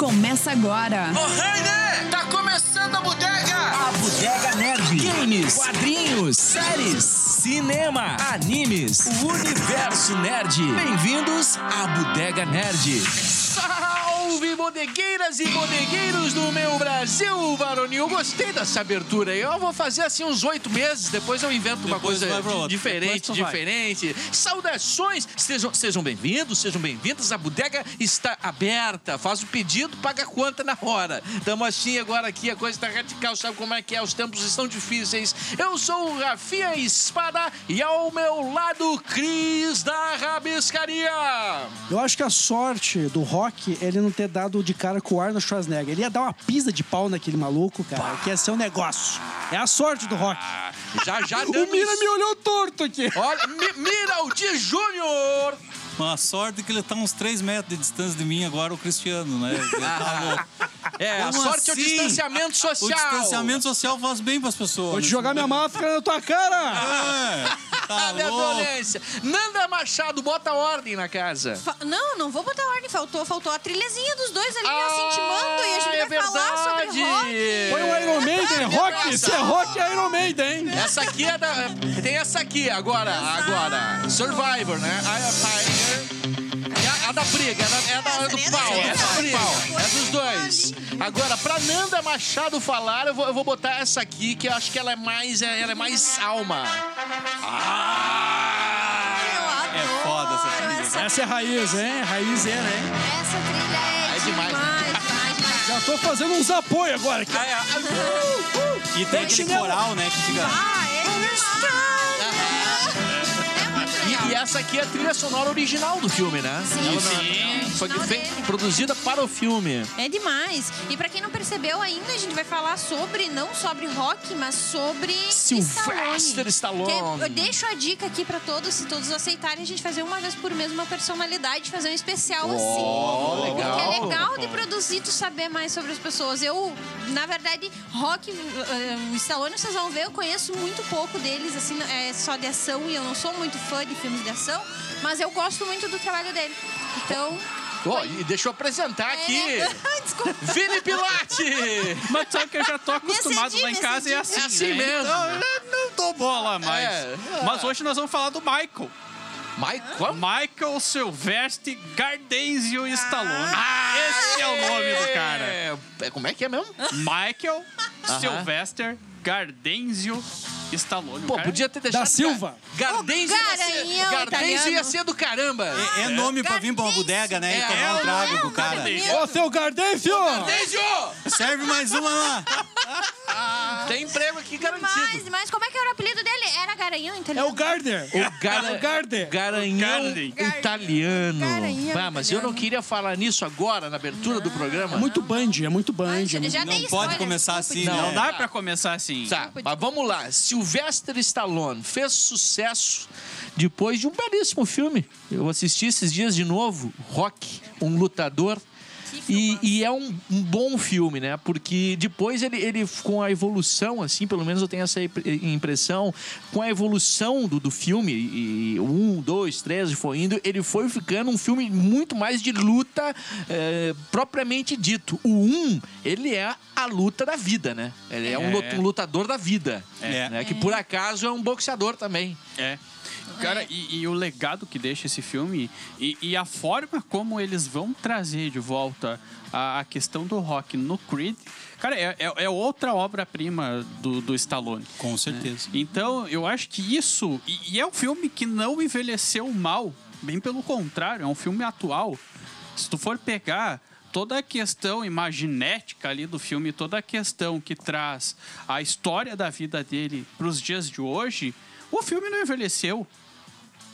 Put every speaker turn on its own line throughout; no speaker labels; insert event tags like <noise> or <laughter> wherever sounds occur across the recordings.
Começa agora.
Ô, Rainer! Tá começando a bodega!
né? A Bodega Nerd.
Games,
Quadrinhos, séries, cinema, animes, o universo nerd. Bem-vindos à Bodega Nerd.
salve bodegueiras e bodegueiros do meu Brasil, varonil! Gostei dessa abertura aí. Eu vou fazer assim uns oito meses, depois eu invento uma
Depois
coisa
vai pra outra. Depois
diferente,
tu vai.
diferente. Saudações! Sejam, sejam bem-vindos, sejam bem-vindas. A bodega está aberta. Faz o pedido, paga a conta na hora. Tamo assim agora aqui, a coisa tá radical, sabe como é que é? Os tempos estão difíceis. Eu sou o Rafinha Espada e ao meu lado, Cris da Rabiscaria.
Eu acho que a sorte do Rock é ele não ter dado de cara com o Arnold Schwarzenegger. Ele ia dar uma pisa de pau naquele maluco, cara, que ia ser um negócio. É a sorte do Rock.
Já,
<laughs>
já
o
damos-
Mira me olhou torto aqui.
Olha, Mi Miraldi Júnior!
Uma sorte que ele tá uns 3 metros de distância de mim agora, o Cristiano, né? Ele
Ah,
tá louco.
<laughs>
É, a
Como
sorte é o
assim?
distanciamento social.
O distanciamento social faz bem pras pessoas.
Vou te
né?
jogar minha máscara na tua cara.
É, <laughs> tá
Ah, minha
louco.
violência. Nanda Machado, bota ordem na casa.
Fa- Não, não vou botar ordem. Faltou, faltou a trilhazinha dos dois ali,
Ah,
assim, te mando. E a gente
é
vai falar sobre
verdade.
rock.
Põe o um Iron Maiden, Rock.
graça.
Se é Rock, é Iron Maiden, hein?
Essa aqui é da... Tem essa aqui, agora, agora. Survivor, né? Eye of Tiger. É a- a da briga, é da- é da, é do
Essa é
pau,
da
é do
briga.
pau, é dos dois. Agora, pra Nanda Machado falar, eu vou, eu vou botar essa aqui, que eu acho que ela é mais, ela é mais alma.
Eu adoro
É foda essa trilha.
Essa,
Essa é raiz, hein? Raizeira,
né?
hein?
essa trilha é,
É demais,
demais,
né?
demais, demais.
Já tô fazendo uns apoio agora aqui.
E tem aquele
chinelo.
coral, né? Que fica.
Ah, é demais. É muito legal.
E, e essa aqui é a trilha sonora original do filme, né?
Sim,
Foi que
Original
foi
dele.
produzida para o filme.
É demais. E pra quem não percebeu ainda, a gente vai falar sobre, não sobre rock, mas sobre
Sylvester Stallone.
Que é- eu deixo a dica aqui pra todos, se todos aceitarem, a gente fazer uma vez por mês uma personalidade, fazer um especial assim.
legal.
Porque é legal de produzir, tu saber mais sobre as pessoas. Eu, na verdade, rock, eh, o Stallone, vocês vão ver, eu conheço muito pouco deles, assim, é só de ação e eu não sou muito fã de filmes de ação, mas eu gosto muito do trabalho dele. Então.
Ó, e deixa eu apresentar aqui.
É, <laughs> Desculpa.
Vini Pilate!
Mas só que eu já tô acostumado
Me
lá em
acendi,
casa
me
e é assim.
É assim
né?
mesmo.
Então, eu não dou bola mais.
É.
Mas hoje nós vamos falar do Michael.
Michael?
Michael Silvestre Gardenzio Stallone.
Ah!
Esse é o nome do cara.
É, como é que é mesmo?
Michael Sylvester Gardenzio Stallone. O
Pô,
cara- é
podia ter deixado...
Da Silva.
Ga- Gardenzio ia
garanhão
ser... Gardenzio
italiano. Ah.
ia ser do caramba.
É, é nome pra vir pra uma bodega, né?
É,
E
é
tomar
o-
um trago
é
com
o
o cara.
nome
Ó, seu Gardêncio!
Gardenzio!
Serve mais uma lá.
Tem emprego aqui
Mas,
garantido.
mas como é que era o apelido dele? Era Garanhão,
É
entendeu?
o Gardner.
O, gara...
É o Garden.
Garanhão
Garden.
italiano.
Garanhão
Bah, mas eu não
italiano.
queria falar nisso agora, na abertura do programa.
É muito band, é muito band.
Ai,
é muito-
já dei
Não pode
spoiler,
começar
desculpa,
assim,
gente.
Não,
não.
Não dá pra começar assim.
Tá, mas vamos lá. Sylvester Stallone fez sucesso depois de um belíssimo filme. Eu assisti esses dias de novo, Rock, um lutador.
Que
E,
filmaço.
e é um, um bom filme, né? Porque depois ele, ele, com a evolução, assim, pelo menos eu tenho essa impre- impressão, com a evolução do, do filme, e e um, dois, três, e foi indo, ele foi ficando um filme muito mais de luta eh, propriamente dito. O um, ele é a luta da vida, né? Ele é, um,
É.
lut- um lutador da vida.
É.
Né? Que por acaso é um boxeador também.
É. Cara, e, e o legado que deixa esse filme e, e a forma como eles vão trazer de volta a, a questão do rock no Creed, cara, é, é- é outra obra-prima do, do Stallone.
É.
Com certeza.
Então, eu acho que isso. E, e é um filme que não envelheceu mal, bem pelo contrário, é um filme atual. Se tu for pegar toda a questão imaginética ali do filme, toda a questão que traz a história da vida dele para os dias de hoje, o filme não envelheceu.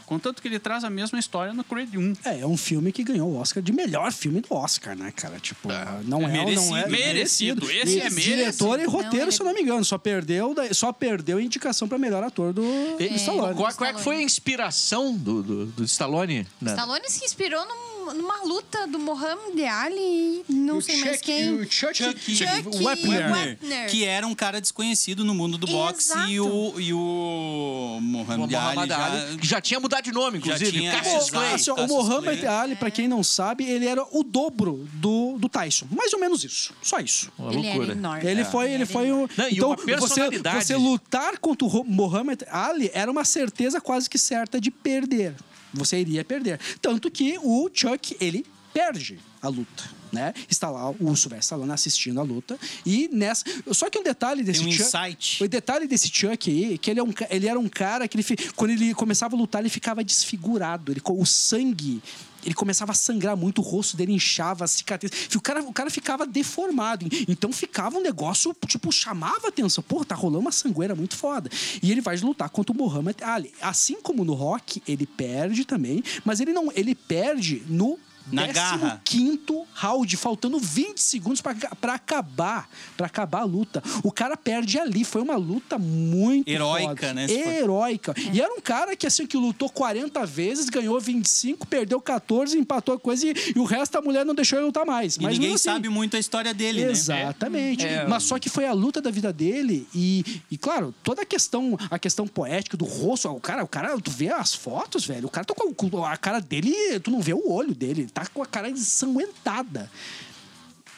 Contanto que ele traz a mesma história no Creed 1.
É, é um filme que ganhou o Oscar de melhor filme do Oscar, né, cara? Tipo,
Ah,
não é, não é
merecido, merecido. Esse
E
é merecido.
Diretor e roteiro,
ele-
se eu não me engano, só perdeu, da- só perdeu a indicação pra melhor ator do, do
E-
Stallone.
é Qual, qual é que foi a inspiração do, do, do Stallone? né?
Stallone se inspirou num num- numa luta do Mohamed Ali e não
o
sei mais
Chuck-
quem.
O Chuck,
Chuck-
Chuck
Wepner.
Wepner.
Que era um cara desconhecido no mundo do boxe e o, e o Muhammad
O Muhammad
Ali
Ali, que já tinha mudado de nome,
já, já
inclusive.
tinha...
Cassius
Exato,
Clay.
Assim, ó, o
Cassius
Mohamed
Clay.
Ali,
É.
pra quem não sabe, ele era o dobro do, do Tyson. Mais ou menos isso. Só isso.
Uma
Ele era
loucura.
enorme.
Ele foi, ele foi um.
É. Não, e
então,
uma
você,
personalidade.
você lutar contra o Ro- Muhammad Ali era uma certeza quase que certa de perder. Você iria perder. Tanto que o Chuck, ele perde a luta. Né? Está lá o Sylvester Stallone assistindo a luta. E nessa. Só que um detalhe desse
Tem um
Chuck.
insight.
O detalhe desse Chuck aí é que ele, é um, ca- ele era um cara que ele, fi- quando ele começava a lutar, ele ficava desfigurado. Ele, co- o sangue. Ele começava a sangrar muito, o rosto dele inchava, as cicatrizes. Fi- O cara, o cara ficava deformado. Então ficava um negócio, tipo, chamava a atenção. Pô, tá rolando uma sangueira muito foda. E ele vai lutar contra o Muhammad Ali. Assim como no rock, ele perde também, mas ele não. Ele perde no.
Na garra.
quinto round, faltando 20 segundos pra pra acabar, para acabar a luta. O cara perde ali, foi uma luta muito
Heróica,
foda.
né? Se for-
Heróica. E era um cara que assim que lutou 40 vezes, ganhou 25, perdeu 14, empatou a coisa e, e o resto da mulher não deixou ele lutar mais.
E
Mas
ninguém
mesmo assim,
sabe muito a história dele, né?
Exatamente.
É.
Mas só que foi a luta da vida dele e, e claro, toda a questão, a questão poética do rosto, o cara, o cara, tu vê as fotos, velho, o cara tá com a- com a cara dele, tu não vê o olho dele, ele tá com a cara ensanguentada.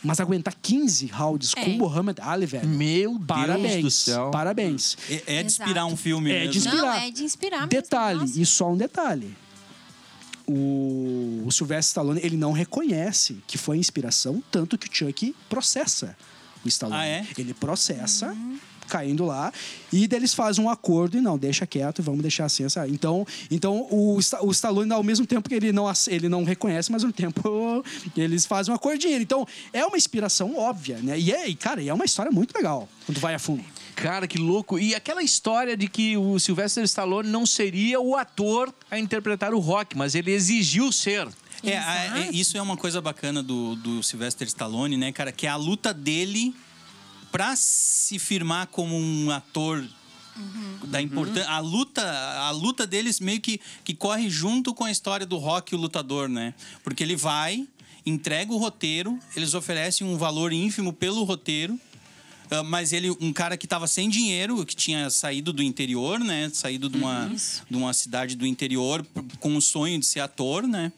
Mas aguentar 15 rounds com
É.
o Muhammad Ali, velho.
Meu Deus
parabéns.
do céu.
Parabéns.
É, é de inspirar um filme
É de
mesmo.
Não,
inspirar.
é de inspirar mesmo.
Detalhe,
Nossa.
e só um detalhe. O, o Sylvester Stallone, ele não reconhece que foi inspiração, tanto que o Chuck processa o Stallone.
Ah, é?
Ele processa,
Uhum.
caindo lá, e daí eles fazem um acordo e não, deixa quieto, vamos deixar assim, essa. Então, então o, Sta- o Stallone, ao mesmo tempo que ele não, ace- ele não reconhece, mas ao mesmo tempo <laughs> eles fazem um acordinho. Então, é uma inspiração óbvia, né? E, é, e, cara, e é uma história muito legal, quando vai a fundo.
Cara, que louco. E aquela história de que o Sylvester Stallone não seria o ator a interpretar o rock, mas ele exigiu ser.
É, a- é- isso é uma coisa bacana do, do Sylvester Stallone, né, cara? Que é a luta dele pra se firmar como um ator da importância. A luta, a luta deles meio que, que corre junto com a história do rock e o lutador, né? Porque ele vai, entrega o roteiro, eles oferecem um valor ínfimo pelo roteiro. ah, mas ele, um cara que estava sem dinheiro, que tinha saído do interior, né? Saído de uma, de uma cidade do interior p- com o sonho de ser ator, né?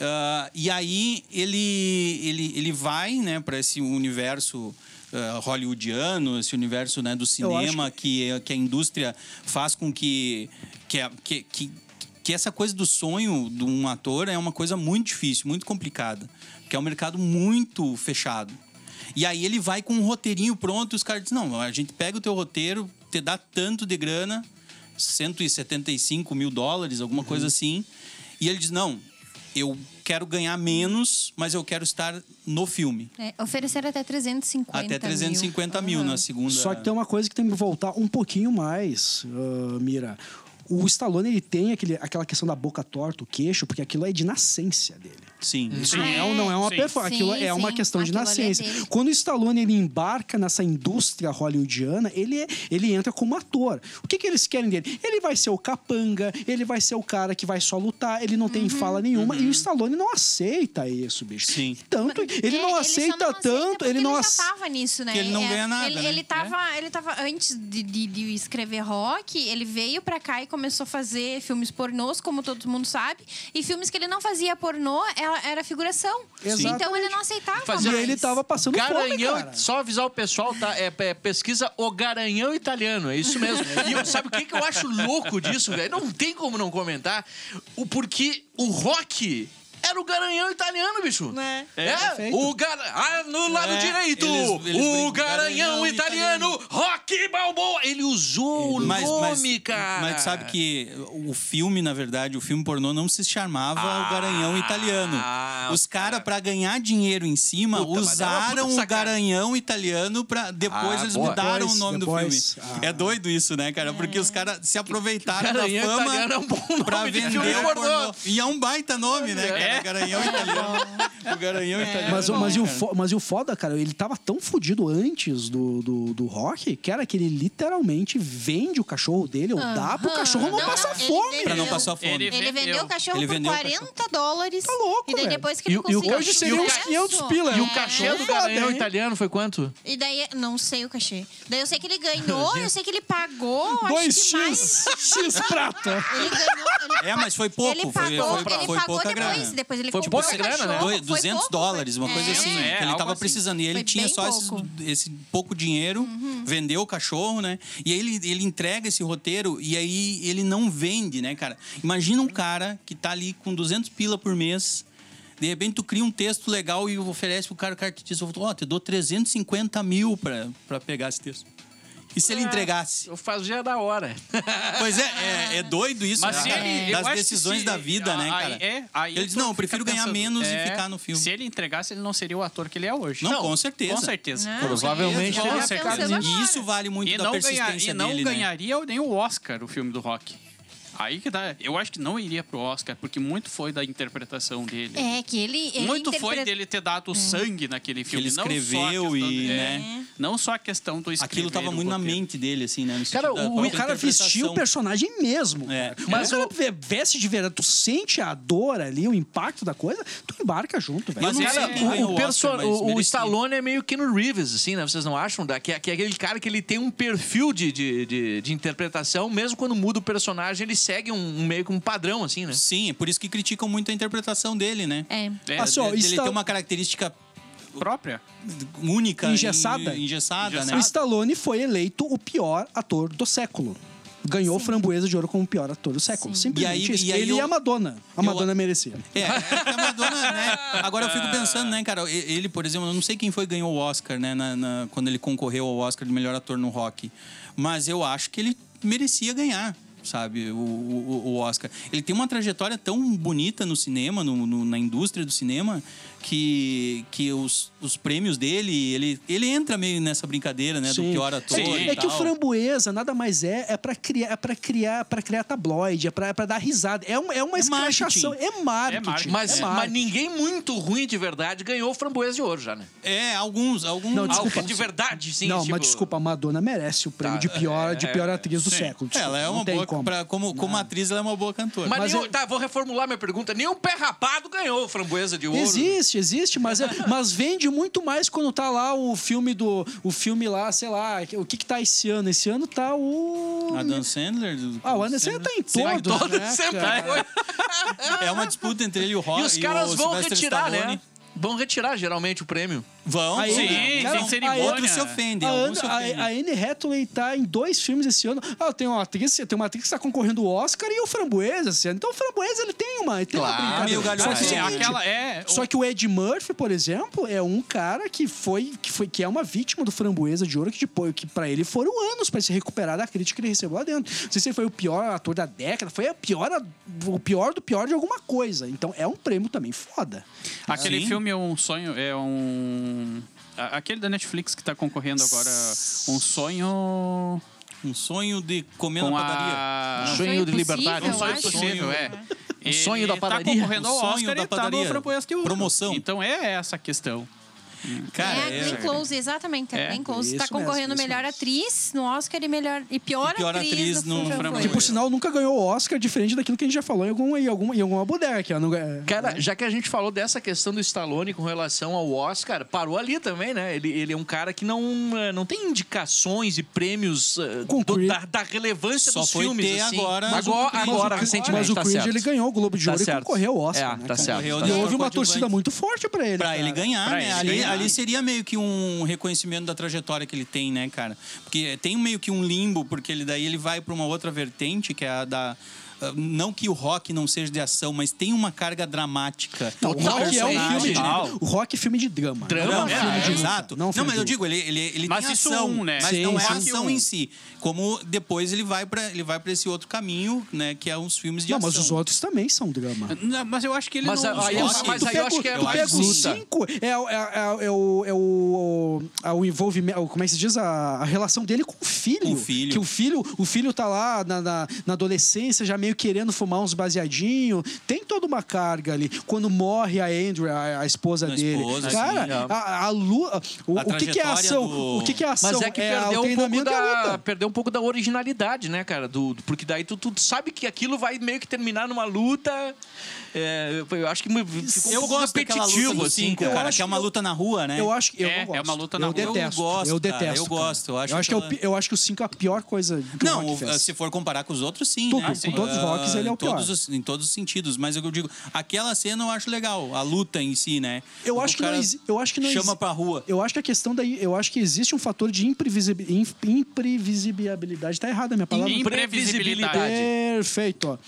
Ah, e aí ele, ele, ele vai né, para esse universo ah, hollywoodiano, esse universo né, do cinema que, é- que a indústria faz com que, que, a- que, que, que essa coisa do sonho de um ator é uma coisa muito difícil, muito complicada. Porque é um mercado muito fechado. E aí ele vai com um roteirinho pronto e os caras dizem, não, a gente pega o teu roteiro, te dá tanto de grana, 175 mil dólares, alguma coisa assim. E ele diz, não, eu quero ganhar menos, mas eu quero estar no filme.
É, ofereceram até 350
Até 350 mil, né? na segunda.
Só que tem uma coisa que tem que voltar um pouquinho mais, ah, Mira. O Stallone, ele tem aquele, aquela questão da boca torta, o queixo, porque aquilo é de nascência dele.
Sim.
Hum.
Isso não, é, um- não é uma
Sim.
performance, aquilo
Ah, Sim,
é uma
sim.
questão de
Aquilo ali é
nascença.
dele.
Quando o Stallone ele embarca nessa indústria hollywoodiana, ele, é- ele entra como ator. O que, que eles querem dele? Ele vai ser o capanga, ele vai ser o cara que vai só lutar, ele não tem
Uhum.
fala nenhuma. E o Stallone não aceita isso, bicho.
Uhum. Sim.
Tanto, ele
É,
não
só
aceita
não
tanto,
porque
ele não
já
aceita.
tava nisso, né?
Porque ele não
É,
ganha nada,
Ele,
né?
ele, tava,
É.
ele tava antes de, de- de escrever rock, ele veio pra cá e começou a fazer filmes pornôs, como todo mundo sabe. E filmes que ele não fazia pornô ela- era figuração.
Exatamente.
Então ele não aceitava.
Fazia-
E
mais.
ele tava passando fome,
Garanhão,
cara.
só avisar o pessoal, tá? É, é, pesquisa o Garanhão italiano, é isso
<laughs>
mesmo. E eu- sabe o que, que eu acho louco disso, velho? Não tem como não comentar. O porque o rock era o Garanhão italiano, bicho.
Né?
É, o gar... ah, no lado
É,
direito,
eles- eles
o
brincam,
Garanhão
Garanhão
italiano, Rock Balboa. Ele usou o
Mas,
um nome,
mas,
cara.
mas sabe que o filme, na verdade, o filme pornô não se chamava o Garanhão Italiano.
Ah,
Os caras, pra ganhar dinheiro em cima,
Puta, mas é uma puta
usaram o
sacanagem.
Garanhão Italiano pra. Depois
Ah,
eles
boa.
mudaram
Depois,
o nome
depois.
do
Ah.
filme. É doido isso, né, cara? Porque os caras se aproveitaram da
É. Garanhão
fama
Italiano é um bom nome
<laughs> pra
de filme
vender o
pornô.
pornô. E é um baita nome, né, cara?
É.
Garanhão Italiano. O Garanhão Italiano.
Mas,
é
o- mas,
bom,
e o
cara.
fo- mas e o foda, cara, ele tava tão fudido antes do, do, do rock que era que ele literalmente vende o cachorro dele ou dá pro
Aham.
cachorro não,
Não,
passar
ele um
fome.
vendeu.
Pra não
Ele-
passar fome.
ele-
Ele vendeu
vendeu.
o cachorro
Ele vendeu o
por 40 dólares.
Tá louco,
E daí
velho.
depois que
E
ele
o- e o-
conseguiu
hoje
o
seria uns
ingresso,
500 um pila.
E o cachê do
É.
Garanhão
Foda, hein?
italiano foi quanto?
E daí, não sei o cachê. Daí eu sei que ele
<laughs>
ganhou, eu sei que ele pagou,
Dois
acho que mais.
X, X
<laughs>
prata.
Ele ganhou, ele,
É, mas foi pouco.
ele
foi,
pagou,
foi,
ele
foi
pagou
pouca
depois.
grana.
Depois ele
Foi
comprou
pouca
o
grana, né?
cachorro,
Dois-
foi
200
pouco,
dólares, uma
foi-
coisa
É.
assim.
É,
que ele
algo
tava
assim.
precisando. E ele
Foi
tinha
bem
só esses-
pouco. Uhum.
esse pouco dinheiro, vendeu o cachorro, né? E aí ele, ele entrega esse roteiro e aí ele não vende, né, cara? Imagina um cara que tá ali com 200 pila por mês. De repente, tu cria um texto legal e oferece pro cara, o cara te diz, ó, te dou 350 mil pra, pra pegar esse texto. E
É.
se ele entregasse?
Eu fazia da hora.
Pois é, é, é doido isso,
Mas
né,
se
cara?
ele, eu
das
acho que
decisões
se-
da vida, né,
aí-
cara?
É, aí
ele diz,
tu
não, eu
fica
prefiro ganhar
pensando,
menos
é,
e ficar no filme.
Se ele entregasse, ele não seria o ator que ele é hoje.
Não, com certeza.
Com certeza.
Não,
Provavelmente
ele tava
ele ia
pensando
ficar-
é
agora.
E isso vale muito
E
da
não, ganha,
persistência
e não
dele, né?
ganharia nem o Oscar, o filme do Rock. Aí que dá. Eu acho que não iria pro Oscar, porque muito foi da interpretação dele.
É, que ele. Uhum. ele
Muito foi
interpre-
dele ter dado sangue naquele filme.
ele
não só a
escreveu
questão
e,
do-
né?
Não só a questão do escrever.
Aquilo tava
no
muito na
roteiro.
mente dele, assim, né? No
Cara,
sentido da
o, o
própria
cara vestiu o
interpretação.
personagem mesmo.
É.
Mas o cara veste de verdade, tu sente a dor ali, o impacto da coisa, tu embarca junto, velho.
Mas
Não
o
sei
cara-
quem-
Quem
é
ganhou
O,
o
o,
Oscar,
perso-
mas
o- o
merecido.
Stallone é meio Keanu Reeves, assim, né? Vocês não acham? Da- Que, que é aquele cara que ele tem um perfil de, de, de, de interpretação, mesmo quando muda o personagem, ele segue um, um meio que um padrão, assim, né?
Sim, é por isso que criticam muito a interpretação dele, né?
É.
É,
Assim, ó,
ele
Stall-
tem uma característica
própria.
única,
Engessada.
e- engessada,
O
né?
Stallone foi eleito o pior ator do século. Ganhou o Framboesa de Ouro como o pior ator do século. Simplesmente
E aí-
isso.
e aí
ele
eu-
e a Madonna. A
eu-
Madonna merecia.
É, é a Madonna, né? Agora eu fico pensando, né, cara? e- Ele, por exemplo, eu não sei quem foi que ganhou o Oscar, né? na- na- quando ele concorreu ao Oscar de melhor ator no rock. Mas eu acho que ele merecia ganhar, sabe? O, o- o Oscar. Ele tem uma trajetória tão bonita no cinema, no- no- na indústria do cinema, que, que os, os prêmios dele, ele, ele entra meio nessa brincadeira, né? Do pior ator.
É que,
e
é que o
tal.
framboesa nada mais é, é pra criar, é pra criar, para criar tabloide, é pra, é pra dar risada. É, um, é uma
É
escrachação, é marketing.
marketing.
Mas,
é
mas ninguém muito ruim de verdade ganhou o Framboesa de Ouro já, né?
É, alguns, alguns.
Não,
Algo
Desculpa.
de verdade, sim.
não,
tipo-
mas desculpa, a Madonna merece o prêmio
Tá,
de pior,
é,
de pior atriz do
sim.
século. desculpa,
Ela é
não
uma
tem
boa.
como.
pra- como, como atriz, ela é uma boa cantora.
Mas
Mas
nenhum-
eu-
tá, vou reformular minha pergunta. Nenhum pé rapado ganhou o Framboesa de Ouro.
Existe, existe, mas, é- mas vende muito mais quando tá lá o filme do. O filme lá, sei lá, o que, que tá esse ano? Esse ano tá o.
Adam Sandler. do-
Ah, o Anderson tá em
Sempre
todos,
Todo
né,
sempre
cara?
foi. <laughs>
É uma disputa entre ele e o Rock.
E os caras
o
vão
Sylvester
retirar, né?
Stallone.
Vão retirar, geralmente, o prêmio.
Vão,
Aí,
sim.
Sim,
cara,
sem
aí
cerimônia.
Outros se ofendem,
A,
alguns
Ana-
se
a,
ofendem.
a Anne Hathaway tá em dois filmes esse ano. Ah, tem uma atriz, tem uma atriz que tá concorrendo ao Oscar e o Framboesa esse ano. Então o Framboesa ele tem uma, ele tem
Claro,
uma
meio
brincadeira.
galhofa.
Só que, é o
É,
seguinte,
aquela é.
tipo,
só que o Ed Murphy, por exemplo, é um cara que foi que foi que é uma vítima do Framboesa de Ouro que depois que para ele foram anos pra se recuperar da crítica que ele recebeu lá dentro. Não sei se ele foi o pior ator da década, foi a pior a- o pior do pior de alguma coisa. Então é um prêmio também foda.
Aquele
Sim.
filme é um sonho, é um. a- Aquele da Netflix que tá concorrendo agora. Um sonho.
Um sonho de comer
com
na padaria.
a.
Sonho
Não,
de
impossível,
liberdade.
eu
Um sonho
acho. Uhum.
possível, é. Ele
Um sonho da padaria.
Tá concorrendo ao
O Um sonho
Oscar
da
e tá no
padaria.
Framboesa de Ouro.
Promoção.
Então é essa a questão.
Cara,
é a Glenn
é,
Close, exatamente. A
É,
Glenn Close tá
isso mesmo,
concorrendo
isso
melhor
mesmo.
atriz no Oscar e, melhor, e pior,
E pior atriz no Framboesa.
Que,
Framboesa.
por sinal, nunca ganhou o Oscar, diferente daquilo que a gente já falou em, algum, em, alguma, em alguma bodega. Que ela não ganha-
Uhum.
Cara, já que a gente falou dessa questão do Stallone com relação ao Oscar, parou ali também, né? Ele, ele é um cara que não, eh, não tem indicações e prêmios eh, do-
Conclui.
da, da relevância
Só
dos
foi
filmes.
ter
assim.
agora-
Mas agora,
Mas
agora
o-
mas o, Creed-
recentemente.
mas o
tá
Creed
certo.
ele ganhou o Globo de
Tá
Ouro e
certo.
concorreu ao
É,
Oscar. né,
tá
cara?
certo.
Correu,
E
né?
houve uma
Coadjuvante.
torcida muito forte pra ele.
Pra
cara.
ele ganhar,
Pra
né?
ele
ali,
ganhar.
ali seria meio que um reconhecimento da trajetória que ele tem, né, cara? Porque tem meio que um limbo, porque ele daí ele vai pra uma outra vertente, que é a da. ah, Não que o rock não seja de ação, mas tem uma carga dramática.
Não, o
Total,
Rock é um
personagem,
filme de,
total.
o Rock é filme de drama.
Drama,
Não é um
é,
filme
é,
de luta,
exato.
Não, é um
Não,
filme
mas
de
eu
luta.
digo, ele, ele, ele
Mas
tem
isso
ação,
um, né?
mas
Sim,
não é
sim.
ação em si. Como depois ele vai para ele vai para esse outro caminho, né, que é os filmes de
Não,
ação.
mas os outros também são drama.
Não, mas eu acho que ele
Mas
não.
a- aí-
Os-
mas
tu
aí
pega,
eu acho
o-
que é
tu
mais
pega os
luta.
cinco, é, o- é, é, é o, é o, é o envolvimento, como é que se diz? A, a relação dele com o filho.
Com o filho.
Que o filho, o filho tá lá na, na, na adolescência, já meio meio querendo fumar uns baseadinho. Tem toda uma carga ali. Quando morre a Andrew, a, a esposa
A
dele.
esposa,
Cara,
sim,
é.
a, a lu- O,
A
o que, que é a
trajetória
ação?
do-
O que, que é a ação?
Mas é que perdeu, um pouco
treinamento e a
da,
luta.
perdeu um pouco da originalidade, né, cara? Do, do- porque daí tu, tu sabe que aquilo vai meio que terminar numa luta. É, eu acho que me- ficou
eu
um pouco
gosto daquela
repetitivo,
luta do
assim,
cinco,
cara.
cara,
acho
que é uma
que eu-
luta na rua, né?
Eu acho que. Eu
É,
não gosto.
é uma luta na
eu
rua. Eu
Detesto,
gosto,
Eu
cara,
detesto.
eu gosto, eu acho
que, é o
que
pi- eu acho que o 5 é a pior coisa que é o
Não,
Rock
o- assim,
fez.
se for comparar com os outros, sim.
Tu-
né?
com todos os rocks, ele é o
em todos
pior.
os- em todos os sentidos. Mas é o que eu digo, aquela cena eu acho legal, a luta em si, né?
Eu
O
acho, que não
cara
exi- eu acho que não
Chama
exi-
pra rua.
Eu acho que a questão daí. Eu acho que existe um fator de imprevisibi- inf- imprevisibilidade. Tá errada a minha palavra.
Imprevisibilidade.
Perfeito. ó.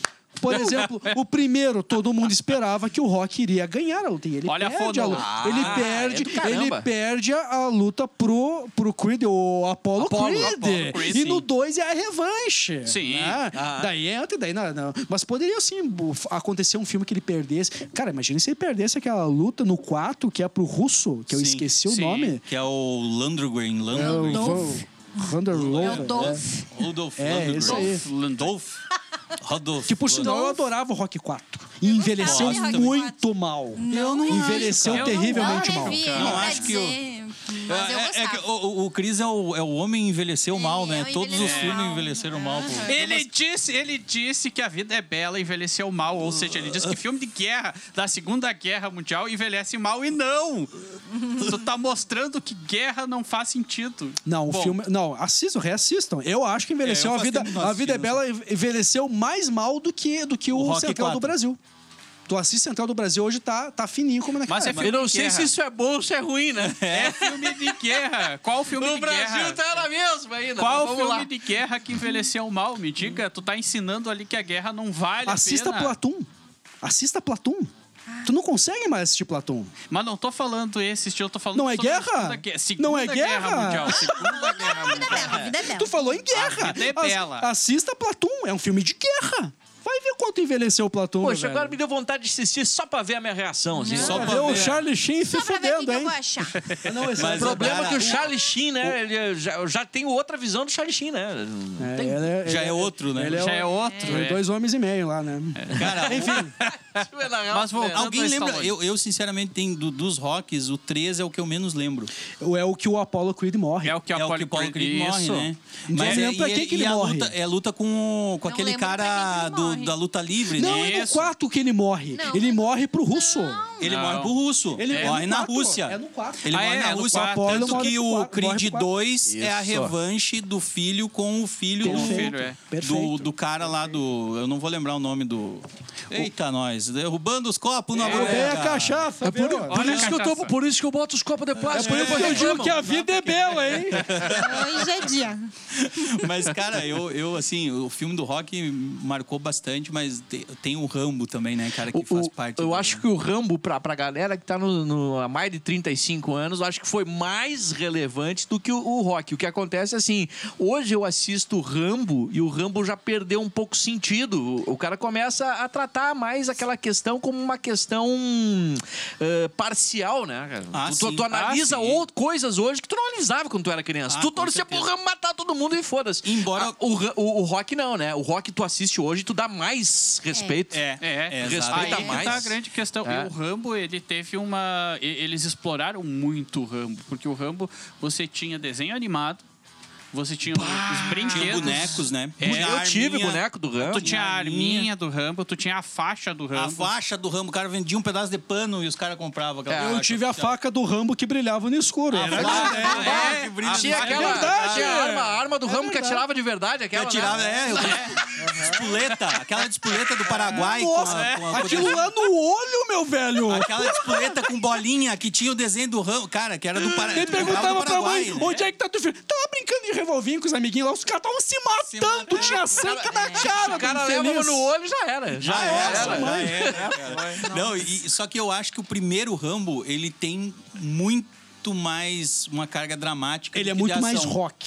Por exemplo, o primeiro, todo mundo esperava que o Rock iria ganhar a luta. E ele
Olha a
perde
foda.
a luta.
Ah,
ele
é
perde,
do caramba.
ele perde a, a luta pro, pro Creed, o Apollo,
Apollo,
Creed.
Apollo Creed,
E
sim.
no 2 é a revanche.
Sim. ah.
né? Daí entra, daí não, não. Mas poderia sim bu- f- acontecer um filme que ele perdesse. Cara, imagina se ele perdesse aquela luta no 4, que é pro russo, que eu
Sim,
esqueci o
sim.
nome.
Que é o Landrogren,
É
Landrogren.
o Vander
É o Dolph.
Rodolf
É,
Landrogren.
isso aí.
Landolf.
Tipo
Rodolf.
Que por sinal eu adorava o Rock 4. E envelheceu
gostava de Rock
muito mal.
Eu não
Envelheceu
acho, cara.
terrivelmente
Eu não
mal.
acho,
revi,
cara.
Não,
pra
acho que eu-
dizer, Mas eu
É, é que
gostava.
o, o Chris é o, é o homem envelheceu mal, né?
é o
Todos os
envelheceu
filmes
mal.
envelheceram mal.
Aham.
Pô.
Ele disse, ele disse que a vida é bela e envelheceu mal. Ou seja, ele disse que filme de guerra da Segunda Guerra Mundial envelhece mal e não! Tu tá mostrando que guerra não faz sentido.
Não, o
Bom,
filme. Não, assistam, reassistam. Eu acho que envelheceu
É, eu
a
faz
vida.
tempo que não
A vida é
assisti,
bela envelheceu mais mal do que, do que o,
Rock
Central
4.
do Brasil. Tu assiste Central do Brasil hoje tá, tá fininho como naquela
Mas é
época.
Eu não
de
sei
guerra.
se isso é bom ou se é ruim, né?
É filme de guerra. Qual filme
No
de
Brasil
guerra?
tá na mesma ainda.
Qual
mas vamos
filme
lá.
de guerra que envelheceu mal? Me diga, tu tá ensinando ali que a guerra não vale
Assista
a pena.
Platum. Assista Platum. Tu não consegue mais assistir Platum.
Mas não tô falando esse estilo, eu tô falando
Não é
sobre a
guerra?
Segunda Guerra- Segunda
Não é
Guerra
guerra?
Mundial. Segunda Guerra
Vida é
<laughs>
Mundial.
bela, vida é bela.
Tu falou em guerra.
A vida é
As-
bela.
assista Platum. É um filme de guerra. Vai ver quanto envelheceu o Platum.
Poxa,
meu
agora
velho. É.
me deu vontade de assistir só pra ver a minha reação. Assim.
Só
Só
pra
Ver o
ver.
Charlie Sheen se
Só pra ver o que
fudendo,
que eu
hein?
vou achar.
Não, esse
Mas
O problema é que o
Cara,
Charlie Sheen, né? Ele já, já tem outra visão do Charlie Sheen, né?
É,
Tem-
ele é-
Já
ele
é outro, né?
ele
Já é outro.
Tem
é.
Dois homens e meio lá, né?
Cara,
Enfim,
é
Mas voltando
né?
alguém
ao
lembra?
Stallone.
Eu, eu, sinceramente, tem do- dos rocks, o 3 é o que eu menos lembro.
é o que o Apollo Creed morre.
É o que
é
a
o que o Paulo Creed morre,
isso.
né?
Não lembro pra que que ele
a
morre.
luta, é a luta com, o- com
Não
aquele
lembro pra
cara
que que ele
do-
morre.
da luta livre,
Não,
né?
é no
Isso.
4 que ele morre.
Não. é
Ele morre pro russo.
Ele
Não.
morre pro russo.
Ele
é,
é
morre
no
na
quatro,
Rússia.
é no quatro.
Ele
Ah,
morre
é,
na
é no
Rússia.
quatro.
Ele
Tanto
morre
que
no
o
quatro, morre
Creed
no quatro.
2 é a
Isso.
revanche do filho com o filho do,
Perfeito,
é.
perfeito.
do, do cara lá do. Eu não vou lembrar o nome do. Eita, nós. Derrubando os copos na
Eu dei a
boca.
cachaça,
É por,
viu?
por
Olha
isso
a
que eu
cachaça.
tomo, por isso que eu boto os copos de plástico.
Por isso que eu digo que a vida é bela, hein?
Hoje é dia.
<laughs> Mas, cara, eu, eu, assim, o filme do rock marcou bastante, mas te- tem o Rambo também, né, cara, que
O-
faz
o-
parte.
eu
do-
acho que o Rambo, pra, pra galera que tá no, no- há mais de 35 anos, eu acho que foi mais relevante do que o, o rock. O que acontece é assim: hoje eu assisto o Rambo e o Rambo já perdeu um pouco o sentido. O, o cara começa a tratar mais aquela questão como uma questão eh, parcial, né, cara?
Ah,
tu, tu-
sim.
tu analisa
Ah, sim.
ou- coisas hoje que tu não analisava quando tu era criança.
Ah,
tu
com
torcia pro
certeza.
Rambo matar todo mundo e foda-se.
Embora-
Ah, o, Ra- o- o rock não, né? O rock tu assiste hoje, tu dá mais respeito.
É,
É,
é,
respeita
Aí
exato.
que
mais.
tá a grande questão.
É.
E o Rambo, ele teve uma. e- Eles exploraram muito o Rambo, porque o Rambo, você tinha desenho animado, você tinha os
Tinha
brinquedos.
bonecos, né?
É,
Tinha
eu
a
tive
arminha,
boneco do Rambo.
Tu tinha a
arminha.
arminha do Rambo, tu tinha a faixa do
A
Rambo.
faixa do Rambo, o cara vendia um pedaço de pano e os caras compravam aquela
É, Eu
faixa
tive a
oficial.
faca do Rambo que brilhava no escuro.
A
Era-
faixa,
é,
então, é, que brilha
Tinha
no-
aquela
É verdade,
tinha a
é.
arma, a arma do Rambo que atirava de verdade,
Que
aquela.
eu tirava,
né?
é, eu Despuleta, aquela despuleta do Paraguai.
Nossa,
com a, com a-
aquilo lá no olho, meu velho.
Aquela despuleta com bolinha que tinha o desenho do Rambo, cara, que era do Paraguai.
Ele perguntava pra mãe,
né?
onde é que tá teu filho? Tava brincando de revolvinho com os amiguinhos lá, os caras estavam se
Se
matando,
matando. É,
tinha sangue na cara
O cara
do
leva
infeliz.
no olho e já era.
Já era,
era,
já
tá mãe.
era, cara. Não, e- só que eu acho que o primeiro Rambo, ele tem muito mais uma carga dramática.
Ele
do
é
que
muito
de
mais
ação.
rock.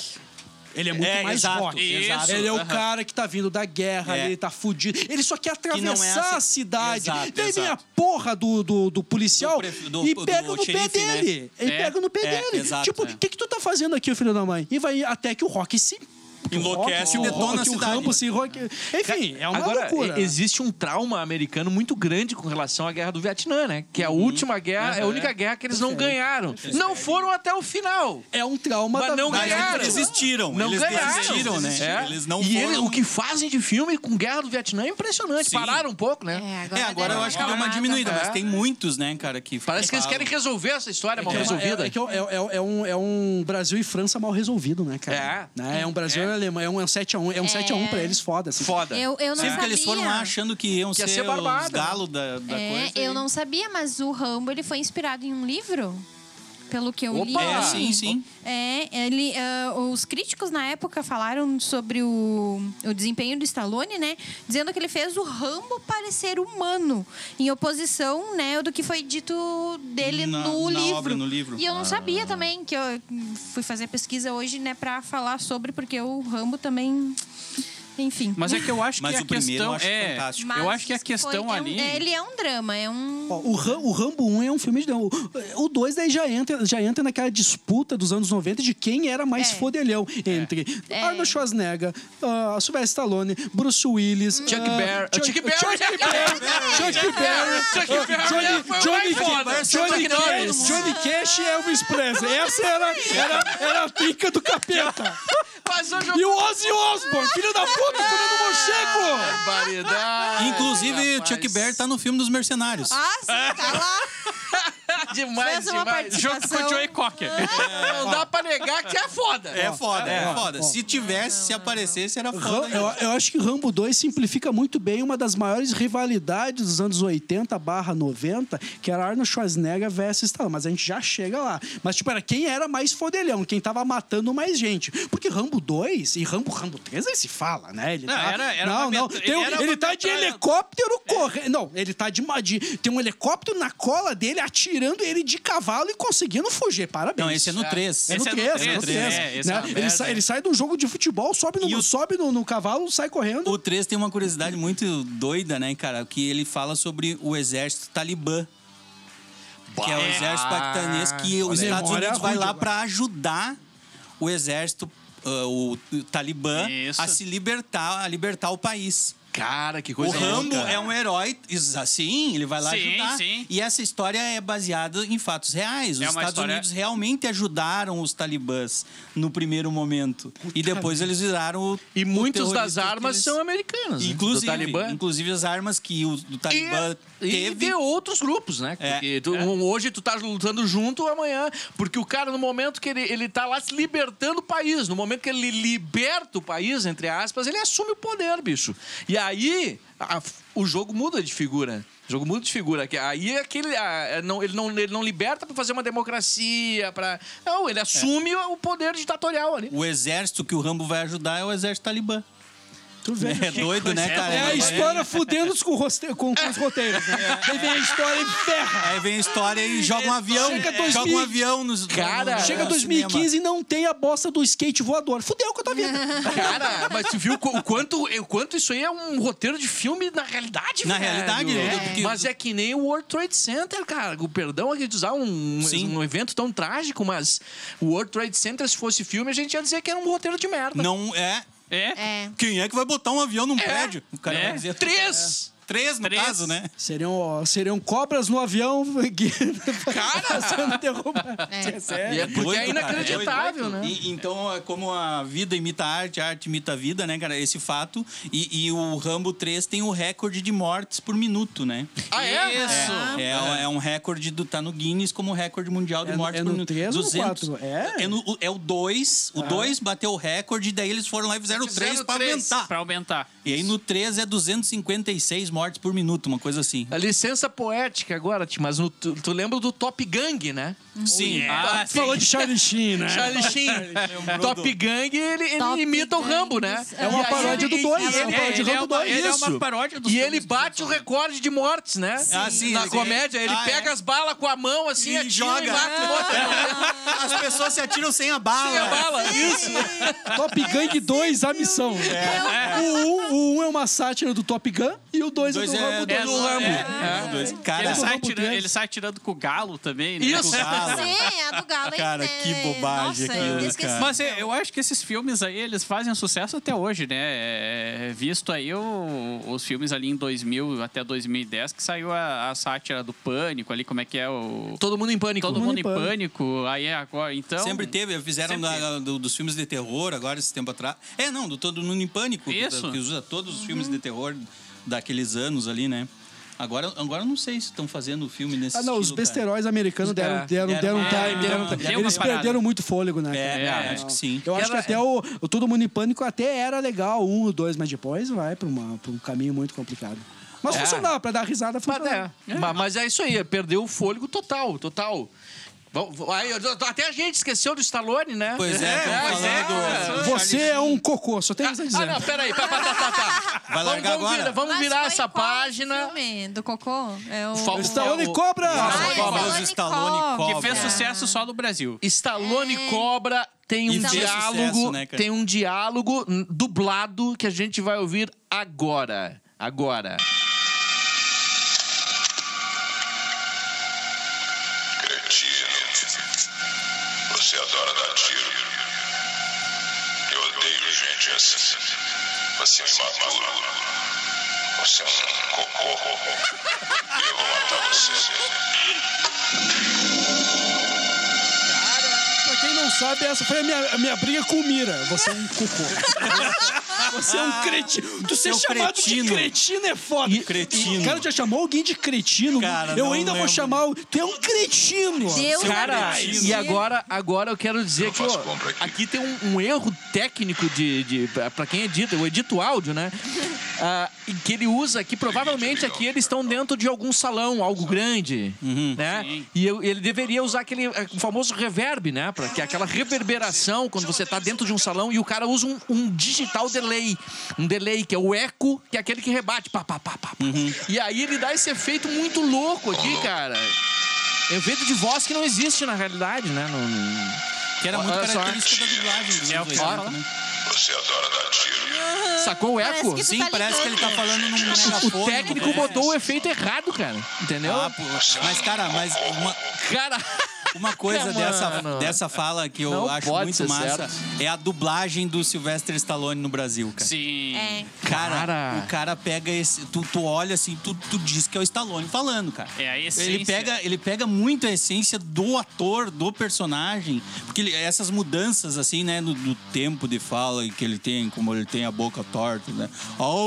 Ele é muito
É,
mais
exato,
rock.
exato.
Ele é o
Aham.
cara que tá vindo da guerra,
É.
ele tá fudido. Ele só quer
não é
atravessar
a
a cidade.
Exato,
Daí vem a
exato.
porra do, do, do policial
Do pref- do-
e
do
pega no pé
xerife, né?
dele. Ele
É,
pega no pé
é,
dele.
exato,
tipo, o
é.
que, que tu tá fazendo aqui, filho da mãe? E vai até que o rock se que o
Enlouquece e
Rock, que o
detona
Rock,
a
que o
cidade.
Rambo se enro- Enfim, é uma
Agora,
loucura.
e- existe um trauma americano muito grande com relação à guerra do Vietnã, né? Que é a última guerra, é a única guerra que eles não ganharam. Não foram até o final.
É um trauma
Mas
da Tipo,
não
Mas
ganharam.
eles desistiram.
Não
eles
ganharam.
desistiram, né?
É.
Eles não
e
foram...
ele- o que fazem de filme com guerra do Vietnã é impressionante.
Sim.
Pararam um pouco, né?
É, agora,
É, agora
deram
eu acho que deu uma
acalmada.
diminuída, mas
É.
tem muitos, né, cara, que
Parece que eles querem resolver essa história mal
É,
resolvida.
É, é que é, é- é um, é um Brasil e França mal resolvido, né, cara?
É.
Né? É um Brasil e Alemanha, é um 7x1, é um 7x1 pra eles, foda. Assim.
Foda.
Eu, eu não
Sempre que
sabia.
eles foram lá achando que iam
Que ia
ser,
ser
os
barbada.
galos da, da
É,
coisa.
eu
e-
não sabia, mas o Rambo ele foi inspirado em um livro, pelo que eu li.
Opa!
É, sim, sim.
É, ele, ah, os críticos na época falaram sobre o, o desempenho do Stallone, né? Dizendo que ele fez o Rambo parecer humano, em oposição, né, do que foi dito dele
Na-
no,
na
livro.
obra, no livro. Ah.
E eu não sabia também, que eu fui fazer pesquisa hoje, né, pra falar sobre, porque o Rambo também. Enfim.
Mas é que eu acho
Mas
que
o
a
primeiro
questão
eu acho
é,
fantástico.
eu acho que a
foi-
questão
é um-
ali,
é, ele é um drama, é um.
Ó, o, Ram- o Rambo 1 é um filme de drama. O 2 daí já entra, já entra naquela disputa dos anos 90 de quem era mais
É.
fodelhão entre
É.
Arnold Schwarzenegger, ah, Sylvester Stallone, Bruce Willis,
Hum.
Chuck
É,
ah,
Berry. É,
Chuck-
Chuck Berry.
Chuck Berry, Chuck Berry,
Chuck
ah,
Berry
Johnny-
foi o
Johnny
mais foda.
Johnny
Chuck Norris.
Cash, Johnny Cash e Elvis Presley. Essa era, era, era a pica do capeta.
Mas hoje eu
E o Ozzy Osbourne, filho da puta, comendo morcego!
Barbaridade.
Inclusive,
rapaz.
Chuck Berry tá no filme dos Mercenários.
Ah, sim, tá lá.
tá-
<laughs> Demais,
Fez uma
É demais.
participação.
junto com o Ah, Joey Cocker.
Não dá pra negar que é foda.
É foda, é,
ó,
foda.
ó.
Se tivesse, se aparecesse, era foda.
Ram-
ainda.
Eu, eu acho que Rambo 2 simplifica muito bem uma das maiores rivalidades dos anos 80 barra 90, que era Arnold Schwarzenegger versus Stallone. Mas a gente já chega lá. Mas, tipo, era quem era mais fodelhão, quem tava matando mais gente. Porque Rambo 2 e Rambo, Rambo 3 aí se fala, né? Ele
Não,
tá,
era- era
não,
uma
não.
metra-
Tem um-
ele
ele
era uma
tá de
metralha-
helicóptero correndo. Não, ele tá de, ma- de... Tem um helicóptero na cola dele, atirando ele de cavalo e conseguindo fugir. Parabéns.
Não, esse é no 3.
É no
Esse é no
3, é no
três,
3.
é, esse é uma
ele,
merda.
sai, ele sai de um jogo de futebol, sobe no,
E o-
sobe no, no cavalo, sai correndo.
O 3 tem uma curiosidade muito doida, né, cara? Que ele fala sobre o exército talibã. Que é o exército paquistanês que os
aí.
Estados
Memória
Unidos vai
ruim
lá
agora.
pra ajudar o exército, ah, o, o talibã,
Isso.
a se libertar, a libertar o país.
Cara, que
O
coisa
Rambo
louca.
é um herói, assim, ele vai lá
Sim,
ajudar.
sim.
E essa história é baseada em fatos reais. Os
É uma
Estados
história-
Unidos realmente ajudaram os talibãs no primeiro momento. e depois eles viraram o.
E
o
muitos
terrorista
das
que
armas
eles-
são americanas. né?
Inclusive,
do Talibã.
inclusive as armas que o do
E, é
Talibã
e
teve.
de outros grupos, né?
É,
Porque tu- um- hoje tu tá lutando junto, amanhã. Porque o cara, no momento que ele, ele tá lá se libertando o país, no momento que ele liberta o país, entre aspas, ele assume o poder, bicho. E aí a- o jogo muda de figura. O jogo muda de figura. Que Aí é aquele. a- não, ele, não, ele não liberta pra fazer uma democracia, pra. Não, ele assume
É.
o poder ditatorial ali.
O exército que o Rambo vai ajudar é o exército talibã.
Tu vê.
É doido, né, cara?
É a história fudendo com, o roste- com- com os roteiros. Né? Daí vem a história e ferra.
Aí vem a história e joga um avião.
Chega
Joga
2000.
um avião nos.
Cara,
no-
Chega
no
2015 e não tem a bosta do skate voador. Fudeu com a tua vida.
Cara, mas tu viu o quanto, o quanto isso aí é um roteiro de filme na realidade,
Na
velho.
realidade, né?
É.
porque-
Mas é que nem o World Trade Center, cara. O perdão aqui de usar um,
Sim.
um evento tão trágico, mas o World Trade Center, se fosse filme, a gente ia dizer que era um roteiro de merda.
Não é.
É.
É.
Quem é que vai botar um avião num prédio? O cara
É.
vai dizer.
Três!
Três, no
Três.
caso, né?
seriam, ó, seriam cobras no avião. <laughs> Cara!
É.
E é porque é
Doido, cara.
inacreditável,
É doido.
né?
E- então, é como a vida imita a arte, a arte imita a vida, né, cara? Esse fato. E, e o Rambo 3 tem o recorde de mortes por minuto, né?
Ah, é?
Isso.
É, é um recorde do. Tá no Guinness como recorde mundial de
É no-
mortes
é
por
no
minuto.
3 ou no 4? É?
É, no- o- é o 2. O 2 bateu o recorde, daí eles foram lá e fizeram o 3
Fizeram
pra
três.
aumentar.
Pra aumentar.
E aí no 3 é 256 mortes por minuto, uma coisa assim.
A licença poética agora, Ti, mas no- tu, tu lembra do Top Gang, né?
Sim.
Ah, sim.
Falou de Charlie Sheen, né?
É. Charlie Sheen. é um Top Gang, ele, ele
Top
imita o
Gang.
Rambo, né?
É uma
E aí
paródia
ele-
do dois,
e
é
ele-
uma paródia do
ele, é
Rambo
uma,
dois.
ele é
Isso.
uma paródia do
E ele bate o recorde de mortes, né?
Ah, sim,
Na
ele-
comédia, ele
Ah,
pega
é.
as balas com a mão assim
E
atira
joga. Ah,
E mata o outro.
As pessoas se atiram sem a bala. É.
Tem a bala. Isso.
Top Gun 2, a missão. O 1 um, o um é uma sátira do Top Gun e o 2 é
Dois
do
é
Rambo
do
É,
dois.
do Rambo.
É, é, do Rambo.
Ele
Cara,
sai,
Rambo
tirando,
três.
ele sai tirando com o galo também, né?
Isso.
Com o galo.
Galo.
Sim, a do Galo. é-
Cara, que
é-
bobagem
Nossa,
aquilo,
eu esqueci.
cara.
Mas é, eu acho que esses filmes aí, eles fazem sucesso até hoje, né? É, visto aí o- os filmes ali em 2000 até 2010, que saiu a, a sátira do Pânico ali, como é que é o...
Todo mundo em pânico.
Todo mundo em pânico, aí é agora, então...
Sempre teve, fizeram
sempre
da- do- dos filmes de terror agora, esse tempo atrás. É, não, do Todo Mundo em Pânico, que-
Isso.
que usa todos os filmes de terror daqueles anos ali, né? Agora, agora eu não sei se estão fazendo filme nesse
Ah, não, os
estilo, cara.
besteróis americanos deram,
É,
deram, deram um
deram-
time.
é,
deram um
deu-
time.
deu
Eles
uma parada.
perderam muito fôlego, né?
É,
cara?
é,
É.
acho que sim.
Eu acho
Ela-
que até o, o Todo Mundo em Pânico até era legal, um, dois, mas depois vai pra, uma- pra um caminho muito complicado. Mas
É.
funcionava, pra dar risada
Mas
funcionava.
é, ma- mas é isso aí, é perdeu o fôlego total, total. Vão- vão- aí, Até a gente esqueceu do Stallone, né?
Pois é, estamos
pois é.
falando.
Você é um cocô, só tenho isso a dizer.
Ah, não, peraí, tá, tá, tá, tá. vamos,
Vai largar
vamos
agora?
virar, vamos
Mas
virar
foi
essa
qual
página.
Filme do Cocô? É o...
Fal-
O Stallone cobra!
Ah,
Nossa,
é
Cobra,
Stallone
os Stallone
Cobra.
Que fez
Cobra.
sucesso só no Brasil.
Stallone Cobra tem um
E fez
diálogo,
é sucesso, né, cara?
tem um diálogo hum, dublado que a gente vai ouvir agora. Agora.
Cretino. Você adora dar tiro. Eu odeio gente assim. Você é imaturo. Você é um cocô. Eu vou matar você.
Pra quem não sabe, essa foi a minha, a minha briga com o Mira. Você é um cocô.
<laughs>
Você é um
Ah,
cretino. Tu ser
Seu
chamado
é cretino.
de cretino é foda.
Cretino.
O cara já chamou alguém de cretino.
Cara,
eu
não
ainda vou
lembro.
chamar. o- Tu é um cretino.
Deus
Cara,
abençoe.
e agora, agora eu quero dizer que
faço
ó,
compra
aqui.
aqui.
tem um, um erro técnico de, de pra- pra quem edita, eu edito áudio, né? Ah, e que ele usa que provavelmente aqui eles estão dentro de algum salão, algo grande, né?
Sim.
E eu- ele deveria usar aquele eh, o famoso reverb, né? Para que aquela reverberação quando você tá dentro de um salão e o cara usa um, um digital delay, um delay que é o eco, que é aquele que rebate, pá, pá, pá, pá, pá. E aí ele dá esse efeito muito Uhum. louco aqui, cara. Evento de voz que não existe na realidade, né? No- no-
Que era muito
Olha só.
característica da dublagem dos
É o
anos
que
80,
eu ia
falar.
né?
Você adora dar tiro.
Sacou o
Parece
eco?
que tu
Sim,
tá
parece que ele tá
ligando.
falando num
O
megafone.
técnico
né?
botou o efeito errado, cara. Entendeu?
Ah, pô, mas, cara, mas uma,
<laughs>
Cara. <laughs>
uma coisa
Ah, Mano.
dessa, dessa fala que eu
Não
acho
pode
muito
ser
massa é a dublagem do Sylvester Stallone no Brasil, cara.
Sim.
É.
Cara,
Cara.
o cara pega esse. Tu, tu olha assim, tu, tu diz que é o Stallone falando, cara.
É a essência.
Ele pega, ele pega muito a essência do ator, do personagem. Porque ele- essas mudanças, assim, né, no, do tempo de fala que ele tem, como ele tem a boca torta, né?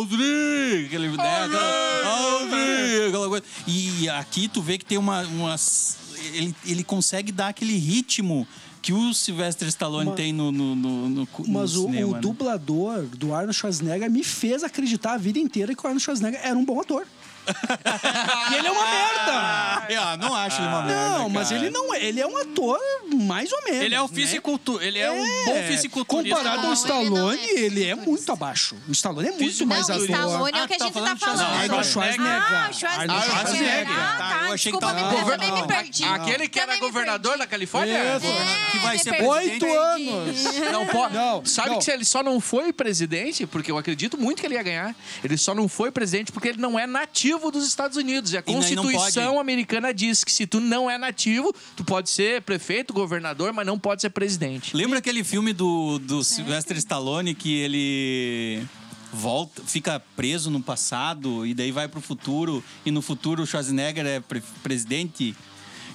Aldri! Aquele, né, aquela, Aldri! Aquela coisa. E aqui tu vê que tem uma. umas- ele, ele consegue dar aquele ritmo que o Sylvester Stallone tem no, no, no, no, cu- no
Mas o,
cinema,
o
né?
dublador do Arnold Schwarzenegger me fez acreditar a vida inteira que o Arnold Schwarzenegger era um bom
<laughs>
ator. e ele é uma merda!
Ah, não acho ele uma merda.
Não, mas
cara.
ele não é. Ele é um ator mais ou menos.
Ele é um fisiculturista, ele é um bom fisiculturista.
Comparado ao
Não, ele
Stallone,
não é
ele é
fisiculturista.
muito abaixo. O Stallone é muito
Não,
mais
o
ator.
Stallone é o que
Ah,
a
tá
gente tá
falando
falando.
Arnold Schwarzenegger.
Ah, o
Arnold
Schwarzenegger.
Schwarzenegger.
Ah, tá.
Tá, eu achei que
Desculpa,
tava-
me perdi,
Não,
também me perdi.
Aquele que era
Também me
governador da Califórnia? É.
Isso.
perdi.
que vai
me
ser
perdi.
boi-
Oito
Entendi.
anos!
Não pode.
Não,
Sabe
não.
que se ele só não foi presidente, porque eu acredito muito que ele ia ganhar. Ele só não foi presidente porque ele não é nativo dos Estados Unidos. E a
E não- e não
Constituição
pode.
americana diz que se tu não é nativo, tu pode ser prefeito, governador, mas não pode ser presidente.
Lembra aquele filme do, do Sylvester Stallone que ele volta, fica preso no passado e daí vai pro futuro e no futuro o Schwarzenegger é pre- presidente?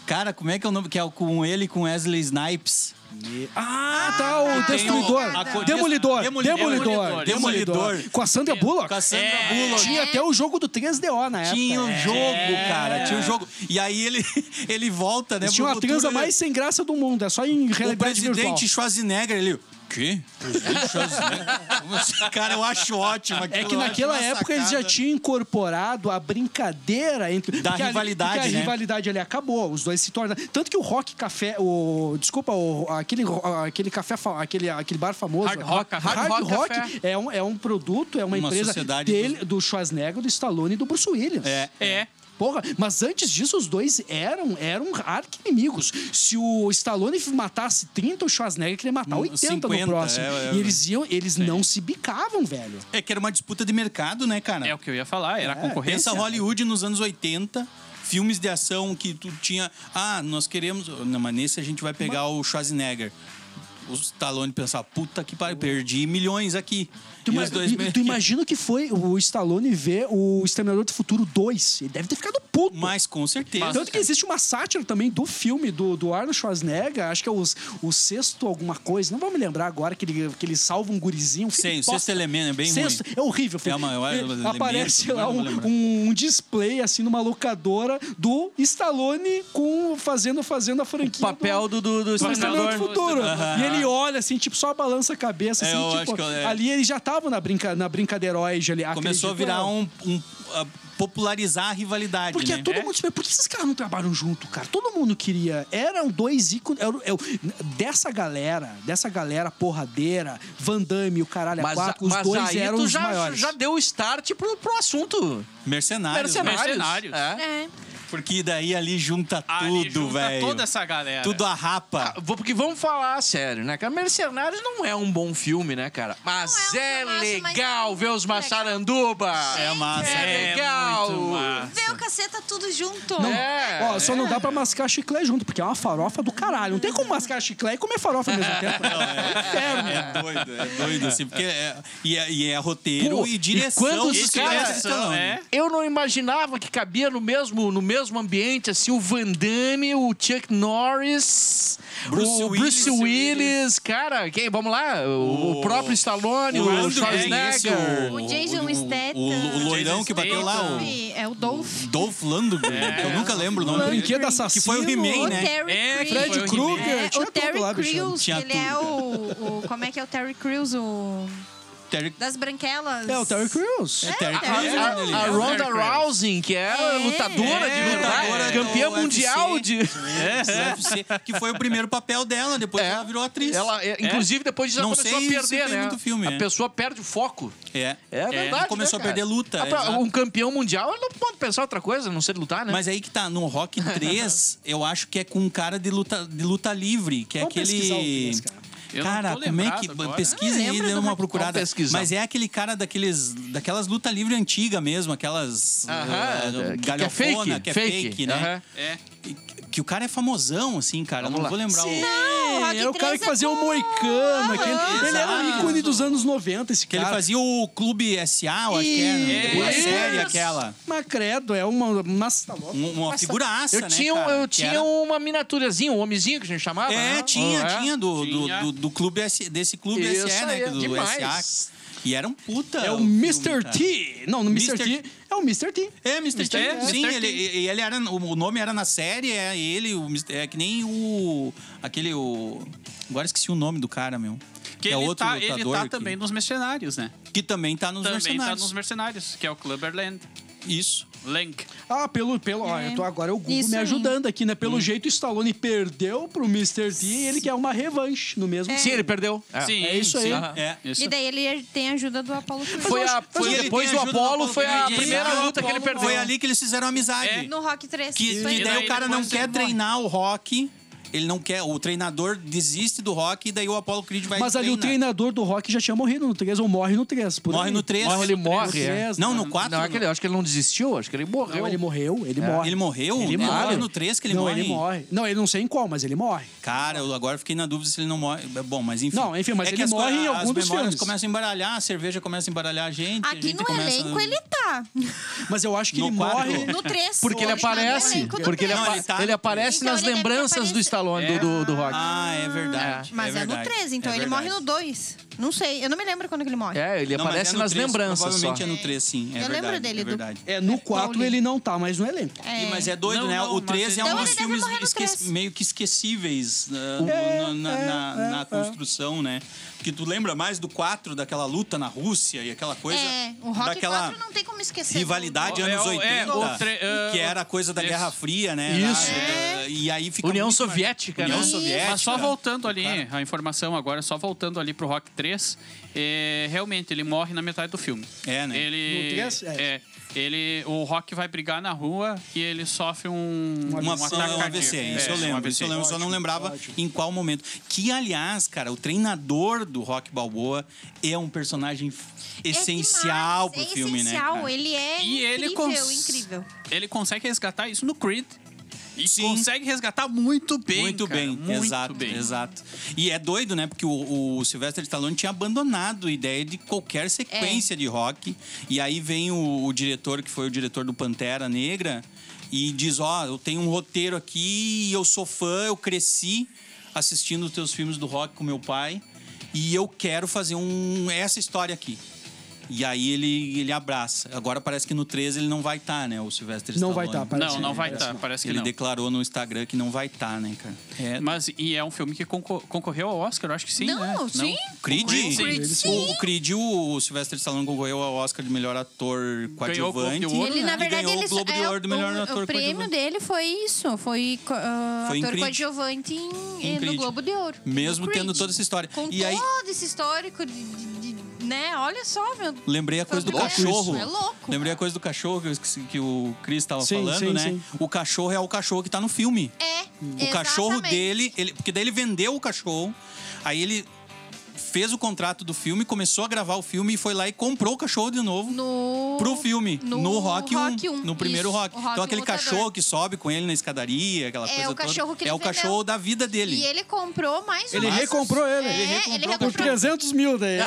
Cara, como é que é o nome? Que é o- com ele e com Wesley Snipes.
Ah, tá, o Destruidor.
a co-
Demolidor.
Demolidor.
Demolidor. Demolidor.
Demolidor.
Com a Sandra Bullock. É.
Com a Sandra Bullock.
Tinha até o jogo do 3DO na época.
Tinha o jogo,
É.
cara. Tinha o jogo. E aí ele, <laughs> ele volta, né?
Eles tinham
pro
a transa
futuro,
mais sem graça do mundo. É só em
O
realidade virtual.
presidente Schwarzenegger, ele. Quê? Presidente Schwarzenegger? Como assim? Cara, eu acho ótimo.
É
aquilo,
que
eu acho
naquela
uma
época eles já
sacada.
tinham incorporado a brincadeira entre.
Da
porque a-
rivalidade,
porque a
né?
rivalidade ali acabou, os dois se tornam. Tanto que o Rock Café, o. Desculpa, o- aquele, ro- aquele café, fa- aquele, aquele bar famoso.
Hard Rock Café.
Hard
Hard Rock
Rock
Café.
é um, é um produto, é uma,
Uma
empresa
sociedade
dele, do... Schwarzenegger, do Stallone e do Bruce Williams.
É.
É.
Porra, mas antes disso, os dois eram, eram arqui-inimigos. Se o Stallone matasse 30, o Schwarzenegger queria matar 80
50,
no próximo.
Hum, é, é.
e eles iam, eles não se bicavam, velho.
É que era uma disputa de mercado, né, cara?
É o que eu ia falar, era a concorrência.
Pensa Hollywood nos anos 80. filmes de ação que tu tinha. Ah, nós queremos. Não, mas nesse a gente vai pegar o Schwarzenegger. O Stallone pensar, puta que pariu, perdi milhões aqui.
Tu,
e
ima-
os dois
e-
meio
tu
que-
imagina o que foi o Stallone ver o Exterminador do Futuro 2. Ele deve ter ficado puto.
Mas com certeza.
Tanto que existe uma sátira também do filme do, do Arnold Schwarzenegger, acho que é os, o sexto alguma coisa, não vou me lembrar agora, que ele, que ele salva um gurizinho. um filme
Sei, o
de bosta.
Sexto Elemento é bem
Sexto-
ruim.
É horrível. o filme.
É uma- é um elemento,
Aparece
não
lá
vou lembrar.
um, um display, assim, numa locadora do Stallone com, fazendo, fazendo a franquia
Papel do, do, do
do Exterminador do
Exterminador.
é Futuro.
tá- Aham.
E ele olha, assim, tipo, só balança a cabeça,
É,
assim,
eu
tipo,
acho que eu- é.
ali eles já estavam na, brinca, na brincadeiroide ali.
Começou a
acredito
virar
eu.
um. um- a popularizar a rivalidade.
Porque é
né?
todo mundo sabia. Por que esses caras não trabalham junto, cara? Todo mundo queria. Eram dois ícones. era- eu- dessa galera, dessa galera porradeira, Van Damme, o caralho, a
Mas,
Né, quatro, os
mas
dois
aí
eram
tu
os
já,
maiores.
já deu o start pro, pro assunto.
Mercenários. né?
Mercenários.
Mercenários.
É.
É.
Porque daí ali junta
Ali
tudo,
junta
velho.
Toda essa Ah, galera.
Tudo a rapa.
Vou- Porque vamos falar sério, né, cara? Mercenários não é um bom filme, né, cara? Mas
Não
é,
é um filmaço, mas
legal
é
ver os
legal.
maçaranduba.
é massa.
É
É
legal.
muito massa.
Vê o caceta tudo junto.
Não,
É,
ó, só não dá pra mascar chiclete junto, porque é uma farofa do caralho. Não tem como mascar chiclete e comer farofa ao
<laughs>
mesmo tempo. né?
<laughs>
É doido, é doido, assim, porque é, e, é, e é roteiro
Pô,
e
e
direção.
quantos
do
os
Sylvester
caras- né?
Stallone.
é.
Eu não imaginava que cabia no mesmo, no mesmo ambiente, assim, o Van Damme, o Chuck Norris,
Bruce
o
Willis.
Bruce Willis, cara, quem, vamos lá, o, o próprio Stallone, o,
Andrew Esse,
Schwarzenegger.
O Jason
O,
Statham.
o, o loirão
Jason
que bateu lá, o
É o Dolph.
Dolph Lundgren,
É.
que eu nunca lembro o nome dele.
Brinquedo
Que
assassino.
foi o
O
He-Man, né?
Terry
É,
Crews.
Fred Foi o Krueger,
É,
tinha
o
tudo
Terry
lá, bichão.
Crews, que
Tinha
ele é o, o- Como é que é o Terry Crews? O.
Terry-
Das branquelas.
É o Terry Crews.
É Terry
É,
Crews,
é,
o nome dele.
A
É o
Ronda
Terry Crews.
Rousing, que era
É.
lutadora de
É,
verdade,
lutadora
campeã
do
mundial
UFC.
de...
Do UFC, que foi o primeiro papel dela, depois ela virou atriz.
Ela, é, inclusive, depois já
Não
começou a
sei se
perder,
tem
né?
muito filme,
a
é.
pessoa perde o foco.
É.
É verdade.
começou
né,
a perder
cara?
luta,
Ah, pra-
exato.
um campeão mundial ele não pode pensar outra coisa, a não ser lutar, né?
Mas aí que tá, no
<laughs>
Rock 3, eu acho que é com um cara de luta, de luta livre, que é
Vamos pesquisar o
aquele.
três, cara.
Eu não
Cara,
tô
como é
lembrado
que.
agora.
Pesquisa
Ah,
aí,
lembra
dê
do
uma
Rock-
procurada.
Vamos pesquisar.
Mas é aquele cara daqueles, daquelas luta livre antiga mesmo, aquelas.
Aham,
eh,
que- que é
galhofona,
fake,
que é fake,
fake,
né?
aham.
É.
E Que, que o cara é famosão, assim, cara. eu
Vamos
não
lá.
vou lembrar
Sim,
o.
Não, Rock
era o cara
III
que
é
fazia o
bom.
moicano. aquele- Ele era um
Exato.
ícone dos anos 90, esse
Que
cara.
ele fazia o Clube SA, eu acho que era. né? Uma
Isso.
série aquela.
Mas credo, é uma... Nossa, tá louco.
Um- Uma figuraça,
Eu
né?
tinha, um-
cara,
eu
que
tinha
era-
uma miniaturazinha, um homenzinho que a gente chamava.
É,
né?
tinha,
Ah, é.
tinha, do, do-
Tinha.
Do, do, clube S, desse clube
Isso
SE, né?
aí,
do
demais.
SA. E era um puta.
É o
filme,
Mr.
cara.
T. Não, no Mr.
Mr.
T é o Mr. T.
É, Mr. T.
É,
Sim,
Mr.
ele, e- ele era. O nome era na série, é ele, o Mr. É que nem o. Aquele. O, agora esqueci o nome do cara, meu.
Que
é
ele,
outro
tá, ele
lutador.
tá
que,
também nos mercenários, né?
que também tá nos
também tá
mercenários.
nos mercenários, que é o Clubberland.
Isso.
Link.
Ah, pelo. pelo ó,
É.
eu tô agora é o Google
Isso
me
aí.
ajudando aqui, né?
Hum.
Pelo jeito, o Stallone perdeu pro Mr. T e ele quer uma revanche no mesmo.
Sim, ele perdeu. É.
Sim,
é isso aí.
sim.
Aham.
É.
Isso.
E daí ele tem a ajuda do Apollo Crews.
Foi, a,
mas
foi
ele
depois
tem
do
ajuda do
Apollo,
Apollo
foi a
Creed.
primeira
Isso.
luta que ele perdeu.
Foi ali que eles fizeram amizade.
É.
No Rock 3.
Que,
foi
que daí
daí
o cara não
depois
quer
ele
treinar o rock. Ele não quer, o treinador desiste do rock e daí o Apollo Creed vai
Mas ali o
treinar.
treinador do rock já tinha morrido no 3, ou morre no 3. por
Morre
aí.
no 3.
Morre, ele
No
morre. é.
três,
Não,
né?
no 4.
Não, é que ele- acho que ele não desistiu, acho que ele morreu.
Não, ele morreu, ele morre.
Ele morreu?
Ele
É lá
morre.
no três que ele
não,
morre?
Ele morre. Não, ele não sei em qual, mas ele morre.
Cara, eu agora fiquei na dúvida se ele não morre. Bom, mas enfim. É
Não, enfim, mas
que
ele
as co-
morre em
as
algum dos
memórias
filmes.
começam a embaralhar, a cerveja começa a embaralhar a gente. a
Aqui
gente
no
começa-
elenco ele tá.
Mas eu acho que
No
ele
quatro?
morre.
No 3.
Porque ele aparece. Porque ele,
Não,
apa-
né? ele tá-
ele aparece
Então
nas
ele deve ter
lembranças do
aparecido.
Stallone, do, do, do Rock.
É. Ah, é verdade.
Mas é, no
verdade,
13, então
é
ele morre
verdade.
no 2 Não sei, eu não me lembro quando que ele morre.
É, ele
Não, mas
aparece
é no
nas
três,
lembranças só.
Provavelmente é no 3, sim. É
Eu lembro
verdade,
dele
É
do-
verdade.
É, no 4
Paulinho.
ele não tá mais no elenco.
E- mas é doido,
Não,
né?
não,
o
mas
13 é
ele-
um
Então
dos
ele deve
filmes
morrer no
esque-
13.
meio que esquecíveis né, no-
É,
no- na, na- na construção, né? Porque tu lembra mais do 4, daquela luta na Rússia e aquela coisa.
É, o Rock
daquela
4 não tem como esquecer.
rivalidade
É,
anos
é,
80,
o tre- é,
que
o-
era a coisa da
isso.
Guerra Fria, né?
Isso.
Lá, E aí fica
União
muito mais-
Soviética, né?
União
Isso.
Soviética.
Mas só voltando ali,
Claro.
a informação agora, só voltando ali pro Rock 3, é, realmente ele morre na metade do filme.
É, né?
Ele,
No três? É.
é. Ele, o Rock vai brigar na rua e ele sofre um,
Uma,
um
uma,
ataque
um AVC,
cardíaco.
isso
É,
eu
um
lembro.
AVC.
Isso eu lembro, só não lembrava em qual momento. Que, aliás, cara, o treinador do Rock Balboa é um personagem
É
essencial
demais,
pro filme,
é essencial.
né? cara?
Ele é
E ele
incrível,
cons-
incrível.
Ele consegue resgatar isso no Creed. E
Sim.
consegue resgatar muito bem.
muito
cara,
bem,
muito
exato,
bem.
exato. E é doido, né? Porque o, o Sylvester Stallone tinha abandonado a ideia de qualquer
É.
sequência de rock. E aí vem o, o diretor, que foi o diretor do Pantera Negra, e diz: Ó, eu tenho um roteiro aqui, e eu sou fã, eu cresci assistindo os teus filmes do rock com meu pai, e eu quero fazer um, essa história aqui. E aí ele, ele abraça. Agora parece que no 13 ele não vai estar, né? O Sylvester
Não
Stallone.
vai tá, parece
Não,
que
não vai
parece
estar.
não.
Parece que
Ele
não.
declarou no Instagram que não vai estar, né, cara? É,
Mas, e é um filme que concor- concorreu ao Oscar, eu acho que sim,
Não,
né?
sim.
Creed?
Creed, sim.
Creed, sim.
O, o Creed, o Sylvester Stallone concorreu ao Oscar de melhor ator coadjuvante.
Globo de Ouro, né?
Ele, na
E
verdade,
ganhou
ele
o Globo de
é,
Ouro do melhor
o,
ator
o prêmio
coadjuvante.
dele foi isso. Foi, co- ah,
Foi em
ator
Creed.
coadjuvante em,
Em
eh, no
Creed.
Globo de Ouro.
Mesmo
No Creed.
tendo toda essa história.
Com
E aí-
todo esse histórico de... de- de- né? Olha só, meu...
Lembrei a coisa do
Louco isso.
cachorro.
É louco.
Lembrei a coisa do cachorro que, eu esqueci- que o Chris estava
Sim,
falando,
sim,
né?
sim.
O cachorro é o cachorro que tá no filme.
É,
O cachorro
exatamente.
dele, ele- porque daí ele vendeu o cachorro, aí ele fez o contrato do filme, começou a gravar o filme e foi lá e comprou o cachorro de novo.
No...
Pro filme, no, Rock 1,
Rock 1,
no primeiro
isso,
rock.
o Rock um
Então aquele
Lutador.
cachorro que sobe com ele na escadaria, aquela
É
coisa
o cachorro
toda,
que ele
é o
vendeu.
cachorro da vida dele.
E é ele comprou mais
Ele
um.
recomprou ele.
É,
Ele
ele
recomprou
Por
recomprou.
300 mil daí.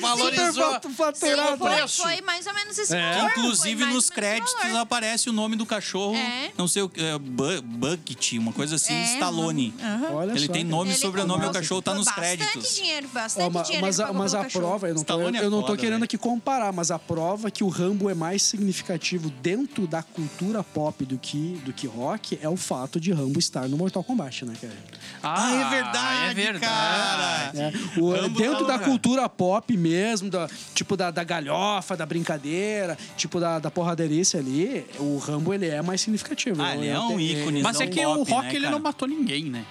Valorizou.
Super
Sim,
faturado.
foi, foi mais ou menos esse
Que,
valor. foi
É, inclusive
mais ou
nos
menos esse
créditos
valor.
aparece o nome do cachorro,
É.
não sei o que, é, Bu- Bucket, uma coisa assim,
É,
Stallone.
Aham.
Olha
Ele
só,
tem
cara.
nome e
Ele
sobrenome, o
comprou
cachorro tá nos
bastante
créditos.
Dinheiro, bastante
Ó, ma-
dinheiro
mas
ele
a,
pagou
mas
pelo
a
cachorro.
prova, eu não tô,
Stallone é
eu não tô
foda,
querendo
velho.
aqui comparar, mas a prova que o Rambo é mais significativo dentro da cultura pop do que, do que rock é o fato de Rambo estar no Mortal Kombat, né, cara?
Ah, é verdade,
é verdade.
cara.
É, o-
Rambo
dentro
tá
da
lá.
cultura pop mesmo, da, tipo da, da galhofa, da brincadeira, tipo da, da porradeirice ali, o Rambo ele é mais significativo.
Ah,
Eu-
ele é
eu
um
te-
ícone,
Mas
não
é que
pop,
o Rock
né,
ele
cara?
não matou ninguém, né?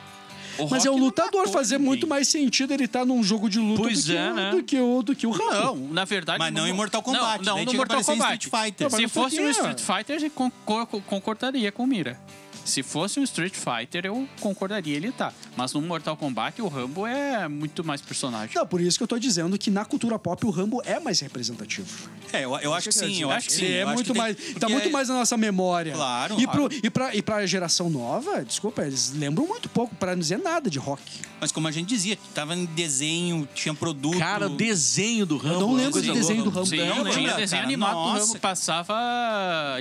O
Mas
Rock
é um
não
lutador,
matou
fazer
ninguém.
muito mais sentido ele estar num jogo de luta
Pois
do, que
é,
o,
né?
do que o do que o Rambo.
Não, na verdade.
Mas não em Mortal Kombat,
Não,
daí
não no
tinha que
Mortal
aparecer em
Kombat.
Street Fighter.
Se
Mas por
fosse
quê?
um Street Fighter, eu concor- concordaria com o Mira. Se fosse um Street Fighter, eu concordaria ele tá. Mas no Mortal Kombat, o Rambo é muito mais personagem.
Não, por isso que eu tô dizendo que na cultura pop o Rambo é mais representativo.
É, eu, eu acho que sim, eu acho que sim.
Ele é
eu acho
muito
que tem-
mais.
porque
Tá muito
é-
mais na nossa memória.
Claro,
E,
claro.
pro, e, pra, e pra geração nova, desculpa, eles lembram muito pouco, pra não dizer nada de rock.
Mas como a gente dizia, tava em desenho, tinha produto.
Cara, desenho do Rambo.
não
uma
lembro
coisa
de desenho
louca.
do Rambo.
Sim,
não
tinha
lembra,
desenho
né, cara.
animado
Nossa.
do Rambo, passava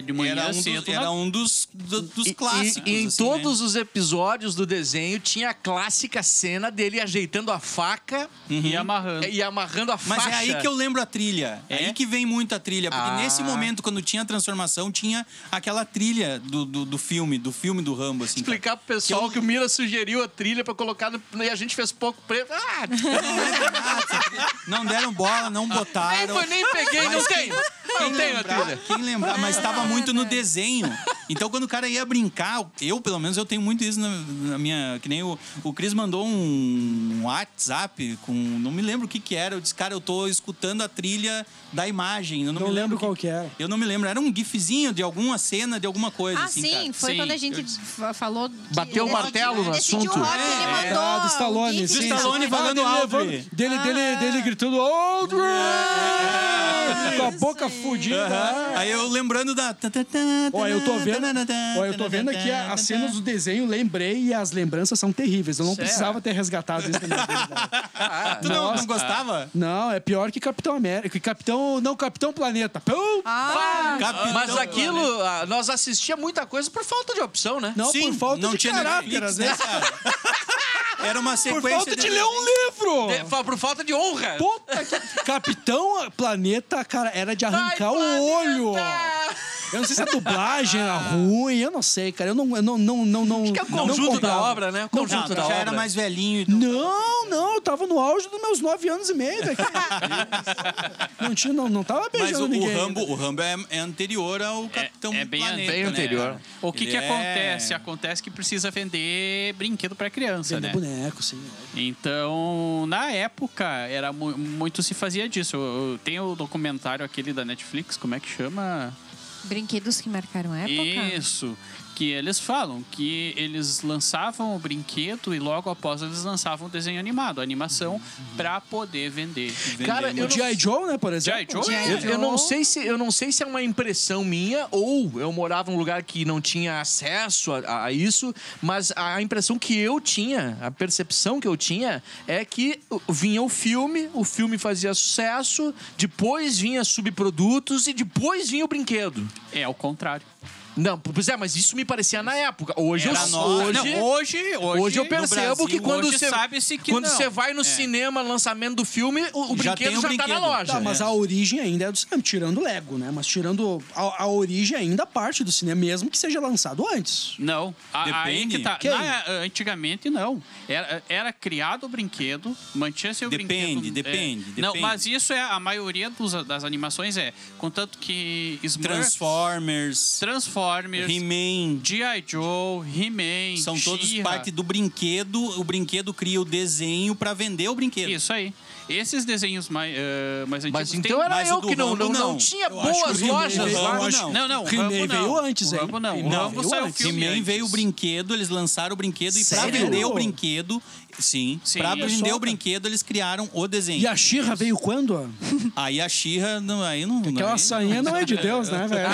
de manhã
era um
cedo.
dos,
na-
era um dos, do- dos
né? E- e-
clássicos.
E, em
assim, né?
todos os episódios do desenho tinha a clássica cena dele ajeitando a faca
E
Uhum.
amarrando.
É,
e amarrando a
Mas
faixa.
é aí que eu lembro a trilha. É,
É?
aí que vem muita trilha. Porque
Ah.
nesse momento, quando tinha a transformação, tinha aquela trilha do, do, do filme, do filme do Rambo, assim. cara.
Explicar pro pessoal que, o Mira sugeriu a trilha pra colocar no... e a gente fez pouco preto. Ah,
Não deram bola, não
nem,
botaram.
foi, nem peguei, não tem. Não tem a
lembrar,
trilha.
quem lembrar, mas estava muito
é.
no desenho. Então, quando o cara ia brincar, eu, pelo menos, eu tenho muito isso na, na minha. Que nem o, o Cris mandou um WhatsApp com. Não me lembro o que que era. Eu disse, cara, eu tô escutando a trilha da imagem. Eu não,
Não
me
lembro
lembro
qual
que-
que era.
Eu não me lembro. Era um gifzinho de alguma cena, de alguma coisa.
Ah,
assim,
sim,
cara.
foi
Sim,
quando a gente
eu disse-
fa- falou. que-
Bateu o
desse-
martelo no
desse
assunto.
de rock,
É,
ele
é,
mandou
da- do Stallone,
um gif
sim, Ah.
de
Do
sim.
Stallone
Ah,
falando
dele,
Audrey.
levando- dele, dele, dele gritando Audrey! Com a boca fudida.
Aí eu lembrando da.
Ó, eu tô vendo, ó, eu tô vendo aqui a- as cenas do desenho, lembrei e as lembranças são terríveis. Eu não precisava ter resgatado isso na minha vida.
Ah, Tu não,
Nossa.
não gostava?
Não, é pior que Capitão América. que Capitão. Não, Capitão Planeta. Pum!
Ah.
Capitão
Mas aquilo, ah, nós assistia muita coisa por falta de opção, né?
não,
Sim,
por falta
não
de
tinha
caráter,
Netflix,
às vezes.
né, cara? Era uma sequência.
Por falta de
de- É,
ler um
De-
livro!
É, fa- por falta de honra.
Puta que... Capitão Planeta, cara, era de
Ai,
arrancar
planeta!
o olho! Eu não sei se a dublagem era ruim, eu não sei, cara. Eu não. Eu não, não, não, não
Que é o
não
conjunto da
comprava.
obra, né? O
Não,
conjunto
tu
da
já
obra.
era mais velhinho. então-
Não, não, eu tava no auge dos meus nove anos e meio
<laughs>
daqui. não tinha, não, não tava
Mas
beijando
o, o
ninguém.
Rambo, o Rambo é, é anterior ao Capitão
é bem
Planeta,
bem
né,
anterior.
cara?
O que,
Ele
que
é-
acontece? Acontece que precisa vender brinquedo pra criança,
Vender
né?
boneco, sim.
Então, na época, era mu- muito se fazia disso. Eu, eu tenho o documentário aquele da Netflix, como é que chama?
Brinquedos que marcaram a época?
Isso. Que eles falam que eles lançavam o brinquedo e logo após eles lançavam o desenho animado, a animação,
Uhum.
pra poder vender.
Cara,
Vender
eu
O
muito.
não-
G.I. Joe, né, por exemplo?
G.I. Joe é-
Eu, eu
Então-
não sei se, eu não sei se é uma impressão minha ou eu morava num lugar que não tinha acesso a, a isso, mas a impressão que eu tinha, a percepção que eu tinha, é que vinha o filme, o filme fazia sucesso, depois vinha subprodutos e depois vinha o brinquedo.
É o contrário.
Não, pois é, mas isso me parecia na época. Hoje
Era
eu
nossa-
hoje,
não, hoje, hoje,
hoje eu
no
percebo
Brasil,
que quando
hoje
você
sabe-se que
quando
não.
você vai no
É.
cinema, lançamento do filme, o, o
Já
brinquedo
tem o
já tá na
brinquedo.
loja.
Tá, mas a origem ainda é do cinema, tirando o Lego, né? Mas tirando a, a origem ainda parte do cinema, mesmo que seja lançado antes.
Não, a, aí
Depende.
que tá.
Quem?
Na- antigamente não. Era, era criado o brinquedo, mantinha-se o
Depende,
brinquedo. eh,
depende,
Não,
depende.
mas isso é a maioria dos- das animações é. Contanto que Smurfs,
Transformers,
Transformers,
He-Man,
G.I. Joe, He-Man,
são todos
She-Ra.
parte do brinquedo. O brinquedo cria o desenho pra vender o brinquedo.
Isso aí. Esses desenhos mais, eh, mais antigos.
Mas então era
mas o
eu
do
que não,
Rambo
não, não
não.
tinha
Eu acho
boas
que o
lojas
Rambo-
lá.
Rambo-
acho-
não.
Não, não. o
He-Man
Rambo não.
veio antes,
O
hein?
Rambo não. O
He-Man
Rambo
veio
saiu
antes.
filme
He-Man
antes.
veio o brinquedo, eles lançaram o brinquedo e pra
Sério?
vender o brinquedo, sim,
Sim.
pra
Olha
vender
só,
o brinquedo eles criaram o desenho.
E a Xirra veio quando?
Aí a Xirra, não, aí não, não
Aquela sainha não é <laughs> de Deus, né, velho?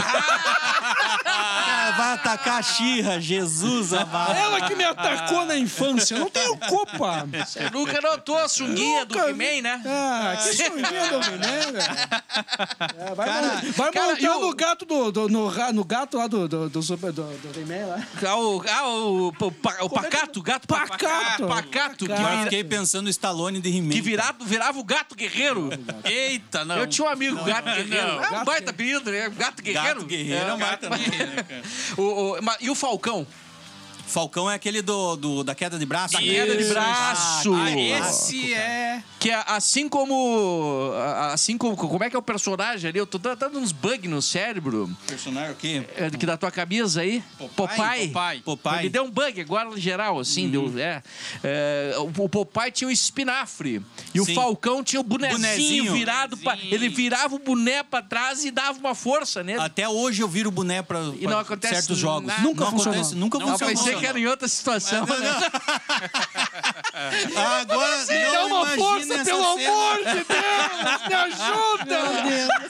Ah, vai atacar a Xirra, Jesus <laughs> amado.
Ela que me atacou na infância, eu não tenho <laughs> culpa.
Você nunca notou a sunguinha do
Nunca
He-Man, né?
Ah, que sonhinha do menino, velho. É, vai
Cara,
mont- vai
cara,
montar
e o-
no gato do, do- no, ra- no gato lá do, do, do, super- do, do He-Man <laughs> lá.
Ah, o, ah, o, o, pa- o pacato, gato pa-
Pacato.
pacato, pacato, que,
Agora
vira-
fiquei pensando no Stallone de He-Man.
que virava, virava o gato guerreiro.
Eita, não.
Eu tinha um amigo, gato guerreiro.
não.
É um
Gato
baita apelido, né? Gato guerreiro.
Gato Guerreiro é um baita nome, né, cara?
<laughs> O, o- ma- e o Falcão?
Falcão é aquele do, do- da queda de braço? né? Da
queda de braço.
Ah, esse é.
Que é assim como. a- Assim como. Como é que é o personagem ali? Eu tô dando dando uns bugs no cérebro.
Ah, Personagem o quê?
é, Que da tua camisa aí. Popai.
Popeye.
Popeye. Uhum.
Me deu um bug agora geral, assim. Deu, é. É, o- o Popeye tinha o espinafre. E
Sim.
o Falcão tinha o bonezinho,
Bonezinho.
virado pra.
Bonezinho.
Ele virava o boné pra trás e dava uma força nele.
Até hoje eu viro boné pra, pra
não acontece
certos jogos.
nada.
Nunca
funcionou.
acontece, nunca
Eu
funcionou.
pensei que era em outra situação. né?
Agora
<laughs>
não
dá uma
imagina
força,
essa
pelo
cena.
amor de Deus! <laughs> Me ajuda!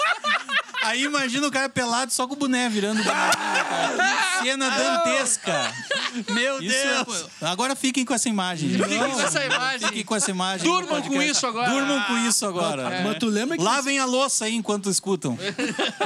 Aí imagina o cara pelado só com o boné virando o boné. Que
Ah,
Cena dantesca.
Meu
Isso é- Agora fiquem com essa imagem.
Fiquem com essa imagem.
Fiquem com essa imagem.
Durmam
Pode
com
querer-
isso agora. É.
Durmam com isso agora.
Mas tu lembra que
Lavem a louça aí enquanto escutam.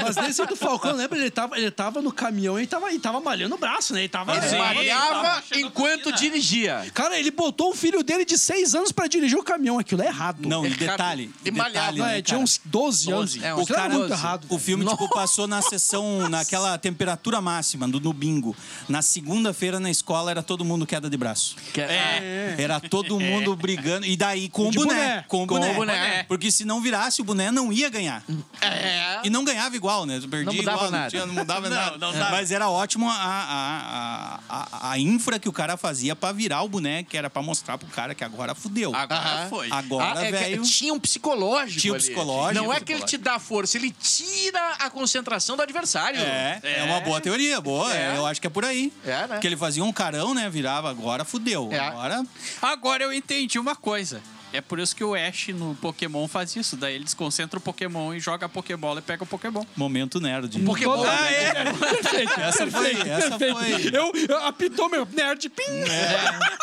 Mas nesse do Falcão, lembra? Ele tava, ele tava no caminhão e tava, e tava malhando o braço, né? Ele tava.
Ele
Sim.
malhava
Sim.
enquanto dirigia.
Cara, ele botou o filho dele de 6 anos pra dirigir o caminhão. Aquilo é errado.
Não,
Errado.
detalhe.
E malhado,
detalhe
Não,
né,
é, tinha
cara?
uns 12 anos.
É,
o
uns
cara é muito
14.
errado.
O filme, tipo, passou na sessão, naquela temperatura máxima, do no bingo. Na segunda-feira, na escola, era todo mundo queda de braço.
Que- é,
É, Era todo mundo brigando. E daí, com o
De
boné.
boné.
Com o
Com o
boné.
boné.
Porque se não virasse o boné, não ia ganhar.
É.
E não ganhava igual, né? Tu Perdia
Não mudava
igual,
nada.
Não, tinha, não mudava
Não,
nada.
não dava.
Mas era ótimo a, a, a, a, a infra que o cara fazia pra virar o boné, que era pra mostrar pro cara que agora fudeu.
Agora
Aham.
foi.
Agora,
Ah, é que
velho.
Tinha um psicológico.
Tinha um
ali.
psicológico.
Não é que ele te dá força, ele tira a concentração do adversário.
É, é uma boa teoria, boa.
É.
Eu acho que é por aí.
É, né?
Porque ele fazia um carão, né? Virava, agora fudeu.
É.
Agora.
Agora eu entendi uma coisa. É por isso que o Ash no Pokémon faz isso. Daí ele desconcentra o Pokémon e joga a Pokébola e pega o Pokémon.
Momento nerd.
Porque bom,
Toda-
né?
Perfeito,
Essa
perfeito,
foi, essa
perfeito.
foi.
Eu, eu apitou meu nerd. Pim!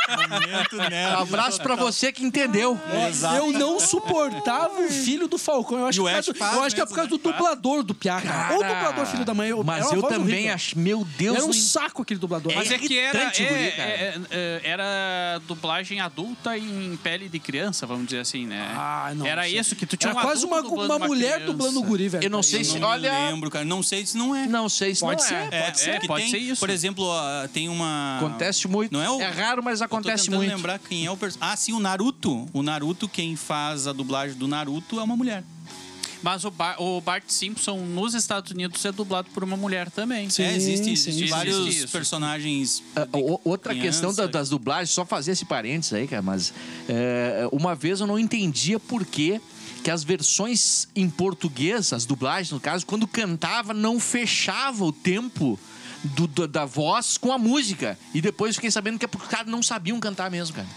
Momento nerd.
Um Abraço pra você que entendeu.
Exato.
Eu não suportava o filho do Falcão. Eu acho,
E o
que, é
Ash
por causa do-
faz
eu acho que é por
mesmo,
causa do dublador do Piá, cara. Ou o dublador filho da mãe. era
Mas
uma
eu
voz
também
horrível.
acho. Meu Deus,
Era um
não-
saco aquele dublador.
Mas é que era,
irritante o
é,
guri, cara.
é, é, era dublagem adulta em pele de criança, vamos dizer assim, né?
Ah, não
era
sei.
isso que tu tinha
Era
um
quase
adulto
uma,
dublando
uma mulher
criança.
dublando o guri, velho.
Eu não sei se.
não
Olha.
lembro, cara. Não sei se não é.
Não sei se
Pode
não
ser.
é.
É,
Pode ser,
que
pode
tem,
ser isso.
Por exemplo, ó, tem uma.
Acontece muito.
Não é, o...
É raro, mas acontece
Eu tô tentando
muito.
lembrar quem é o personagem. Ah, sim, o Naruto. O Naruto, quem faz a dublagem do Naruto é uma mulher.
Mas o, Bar- o Bart Simpson nos Estados Unidos é dublado por uma mulher também.
Sim,
é, existe,
sim,
existe
sim.
vários
Existe isso.
personagens.
Ah, o- Outra
criança.
questão da- das dublagens, só fazer esse parênteses aí, cara, mas é, uma vez eu não entendia por que que as versões em português, as dublagens no caso, quando cantava não fechava o tempo do- do- da voz com a música. E depois fiquei sabendo que é porque os caras não sabiam cantar mesmo, cara.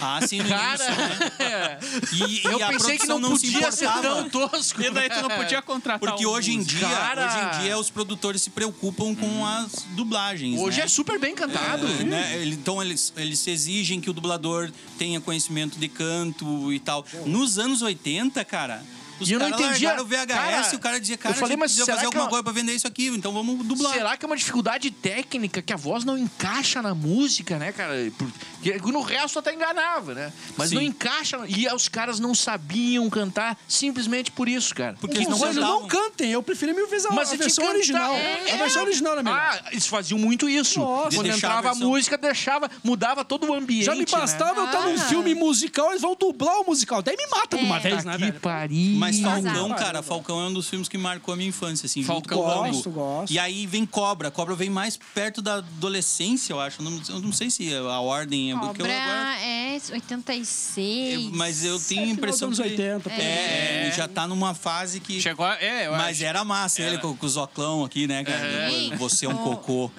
Ah, sim, no início, né?
Cara, <laughs> é,
E,
eu
e a
pensei que
produção
não,
se
podia ser
importava.
tão tosco. né?
E daí tu não podia contratar
Porque
um
hoje em dia,
Cara! Hum.
hoje em dia os produtores se preocupam com as dublagens.
Hoje
né?
é super bem cantado.
É, né? Ele- Então eles, eles se exigem que o dublador tenha conhecimento de canto e tal. Nos anos 80, cara, os
E eu não
caras
entendia.
largaram o VHS
Cara,
e o cara dizia, cara,
eu falei,
a gente
mas
precisa
será
fazer
que
alguma
ela-
coisa pra vender isso aqui, então vamos dublar.
Será que é uma dificuldade técnica que a voz não encaixa na música, né, cara? Porque no resto até enganava, né? Mas
Sim.
não encaixa. E os caras não sabiam cantar simplesmente por isso, cara.
Porque
Eles
eles não
Não,
cantavam.
não cantem, eu prefiro mil vezes a,
Mas
a
se te
versão
cantar-
original.
É.
A versão original é melhor.
Ah, eles faziam muito isso.
Nossa.
Quando
De deixar a
entrava a,
versão-
música, deixava, mudava todo o ambiente. né?
Já me bastava eu estar num
Ah.
filme musical, eles vão dublar o musical. Daí me mata de uma
né?
vez,
Tá
né,
aqui,
velho?
Paris.
Mas
tá
Falcão,
Exato.
cara, Falcão é um dos filmes que marcou a minha infância, assim.
Falcão
junto com o
também. Gosto,
Rambo.
gosto.
E aí vem Cobra. Cobra vem mais perto da adolescência, eu acho. Eu Não, eu não sei se a ordem é porque eu
Cobra
agora.
é 86.
eu- mas eu tenho a
final
impressão
dos anos
que
80, por
é, ele já tá numa fase que
Chegou a, é, eu
Mas
acho.
era massa ele com, com os oclão aqui, né, cara?
É.
Você é um
Oh. <laughs>
cocô.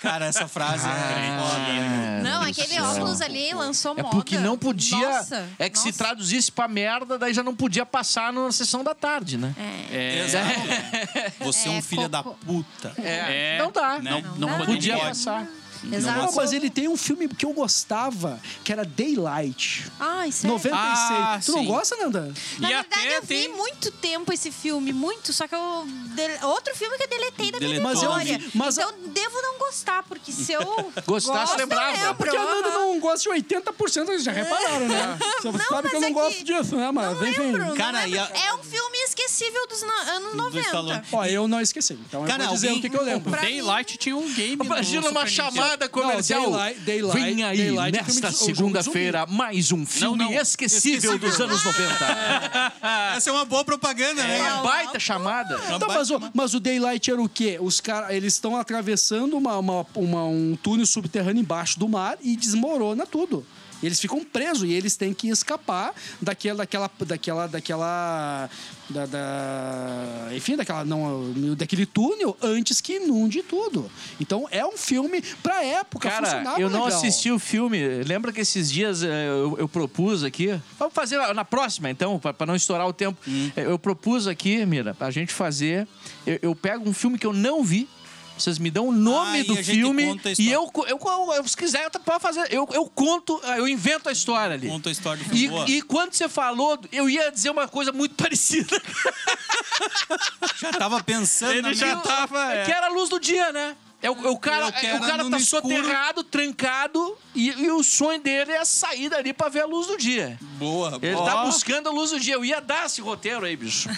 cara, essa frase é foda, né?
Não, aquele óculos ali lançou
É
moda.
porque não podia.
Nossa,
é que se
nossa.
traduzisse pra merda, daí já não podia passar na sessão da tarde, né?
É,
Exato.
<laughs>
Você é, um
É,
filho da
cocô.
puta.
É.
Não dá.
Não-
Não,
não
dá.
podia
Não pode.
passar.
Exato.
Não, mas ele tem um filme que eu gostava, que era Daylight.
Ai, sério.
96.
Ah,
tu não
sim.
gosta, Nanda?
Na
E
verdade,
até
eu vi
tem-
muito tempo esse filme, muito. Só que eu. dele- Outro filme que eu deletei da minha
Deletou,
Mas eu
memória.
vi- mas
então,
eu-
devo não gostar, porque se eu.
Gostar,
gosto,
você lembrava.
eu lembro,
Porque a Nanda
aham.
não gosta de 80%, vocês já repararam, né? Você sabe
É. mas
que eu não
é
gosto
que-
disso, né, mano?
Não
Vem, vem.
lembro, não
Cara,
lembro.
e a-
É um filme esquecível dos na- anos 90.
Stallone.
Ó, eu não esqueci. Então
Cara,
eu vou dizer
alguém-
o que, que eu lembro.
pra
Daylight tinha um game do
Imagina
Super
uma
Nintendo.
chamada
Não,
comercial.
Daylight- Daylight-
Vem aí,
Daylight é filme
nesta
de- o jogo-
segunda-feira, mais um filme
não.
inesquecível
Esquecível.
dos anos 90.
Essa é uma boa propaganda,
Uma
né?
É
cara?
baita chamada.
Então, mas, o, mas o Daylight era o quê? Os caras, eles estão atravessando uma, uma- uma- um túnel subterrâneo embaixo do mar e desmorona tudo. Eles ficam presos e eles têm que escapar daquela, daquela, daquela, daquela, da, da- enfim, daquela, não, daquele túnel antes que inunde tudo. Então é um filme pra época.
Cara,
funcionava
eu não
legal.
assisti o filme. Lembra que esses dias eh, eu, eu propus aqui. Vamos fazer na- na próxima, então, pra pra não estourar o tempo. Eh, Eu propus aqui, Mira, a gente fazer. Eu, eu pego um filme que eu não vi. Vocês me dão o nome
Ah, e
do
a gente
filme
conta a
e
história.
eu, co- eu, co- eu, se quiser, eu posso fazer. Eu, eu conto, eu invento a história ali.
Conta a história do filme. Boa.
E, e quando você falou, eu ia dizer uma coisa muito <laughs> parecida.
Já tava pensando na
Ele já
minha-
tava. é.
Que era a luz do dia, né? É o, é o cara,
É o cara
é o cara
no
tá
escuro.
soterrado, trancado, e, e o sonho dele é sair dali pra ver a luz do dia.
Boa, boa.
Ele tá buscando a luz do dia. Eu ia dar esse roteiro aí, bicho.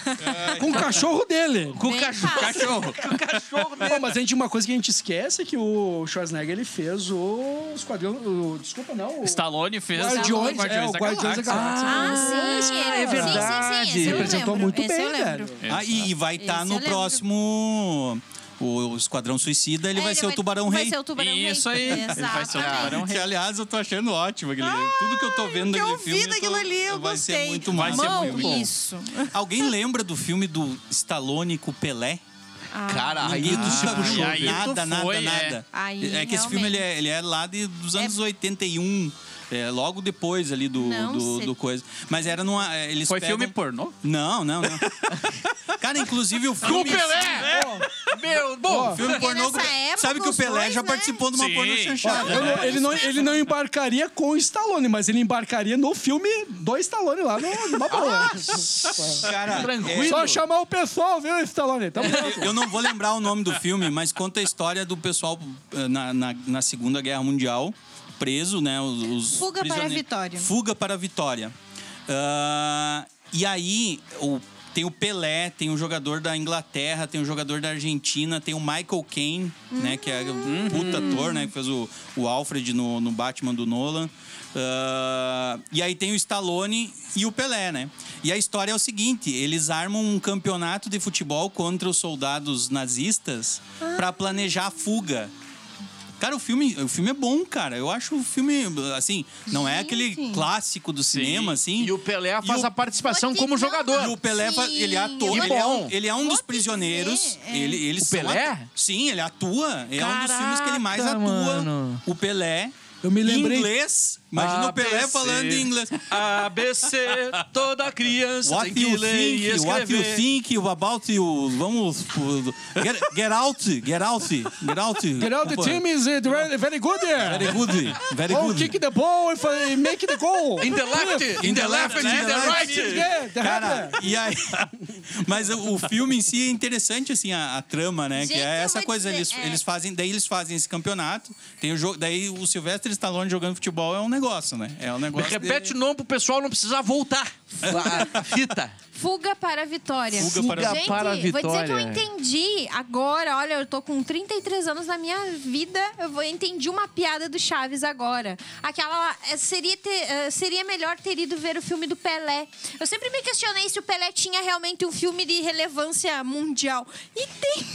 com o cachorro dele.
Com o
Bem
cachorro.
fácil.
Cachorro.
cachorro dele.
Bom, mas a gente, uma coisa que a gente esquece é que o Schwarzenegger ele fez o Esquadrão. o- desculpa, não. O
Stallone fez
Guardiões, é, o
da
Guardiões da
Galáxia.
Galáxia.
Ah, sim, É,
é
sim,
verdade.
Sim, sim, esse eu
Representou
lembro,
muito
esse eu
bem,
lembro.
velho.
Ah, e, e vai estar
Esse eu
no
lembro.
próximo. O Esquadrão Suicida, ele
É,
vai ser o Tubarão
vai
Rei.
ser o Tubarão Rei.
Isso aí. Ele
Exatamente.
vai ser o Tubarão
Que, aliás, eu tô achando ótimo, aquele Tudo que eu tô vendo
Ah, que
daquele
eu
filme.
vi daquilo
tô-
ali, eu
vai
gostei.
ser muito mais.
Mão,
muito bom.
Isso.
Alguém lembra do filme do Stallone com o Pelé?
<laughs> Cara, aí tu se
Nunca
puxou,
viu
aí tu
nada, nada,
foi, é.
nada.
Aí,
é que esse filme
realmente.
ele é, ele é lá de, dos anos 81, é, logo depois ali do,
Não,
do,
se-
do coisa. Mas era numa. é, Eles
Foi
pegam-
filme pornô?
Não, não, não.
<laughs>
Cara, inclusive o
Com o
filme.
Pelé! Meu, bom,
O filme
Porque
pornô.
É nessa época,
sabe que o
os
Pelé
dois,
já
né?
participou de uma né,
Sim.
pornô chanchada.
Eu não- ele, não, ele não embarcaria com o Stallone, mas ele embarcaria no filme do Stallone lá no, numa
Ah,
boa.
Cara,
Tranquilo.
é,
Só chamar o pessoal, viu, Stallone? Tamo junto.
Eu não vou lembrar o nome do filme, mas conta a história do pessoal eh, na, na, na Segunda Guerra Mundial, preso, né? Os, os
Fuga para a
prisioneiros.
Vitória.
Fuga para a Vitória. Ah, e aí, o- tem o Pelé, tem o jogador da Inglaterra, tem o jogador da Argentina, tem o Michael
Hum.
Caine, né? Que é um puta ator, né? Que fez o, o Alfred no, no Batman do Nolan. Ah, e aí tem o Stallone e o Pelé, né? E a história é o seguinte: eles armam um campeonato de futebol contra os soldados nazistas
Ah.
pra planejar a fuga. Cara, o filme, o filme é bom, cara. Eu acho o filme, assim, não é aquele
Gente.
clássico do cinema, assim.
E o Pelé faz
o-
a participação
Vou te
como
dar-
jogador.
E o Pelé, fa-
Sim,
ele é ator,
eu
ele é
vou-
um, ele é um
vou
dos
te
prisioneiros.
dizer, é.
Ele, eles
O
são
Pelé?
atu- Sim, ele atua. É um dos filmes que ele mais
Caraca,
atua.
mano.
O Pelé.
Eu me lembrei-
Em inglês. Imagina o Pelé
ABC.
falando em inglês.
ABC, toda criança
What you think, what you think about you... Vamos... uh, Get, get out, get out, get out.
Get out the team is uh, very- very good.
Very good, very
Oh,
good.
kick the ball and fa- make the goal.
In the left, in the left, in the right.
Yeah, the
Cara, e aí... <laughs> Mas o o filme em si é interessante, assim, a, a trama, né? que
Gente,
é
eu
essa
vou
coisa,
dizer,
eles,
é.
eles fazem... Daí eles fazem esse campeonato, tem o jogo... Daí o Sylvester Stallone jogando futebol é um negócio, né? É um negócio
Repete
de...
o nome pro pessoal não precisar voltar. A fita.
Fuga para a vitória.
Fuga para-
<laughs> Fuga
Gente,
para a
vou dizer que eu
vitória.
entendi agora. Olha, eu tô com 33 anos na minha vida. Eu vou- entendi uma piada do Chaves agora. Aquela. eh, Seria, ter- eh, seria melhor ter ido ver o filme do Pelé. Eu sempre me questionei se o Pelé tinha realmente um filme de relevância mundial. E tem.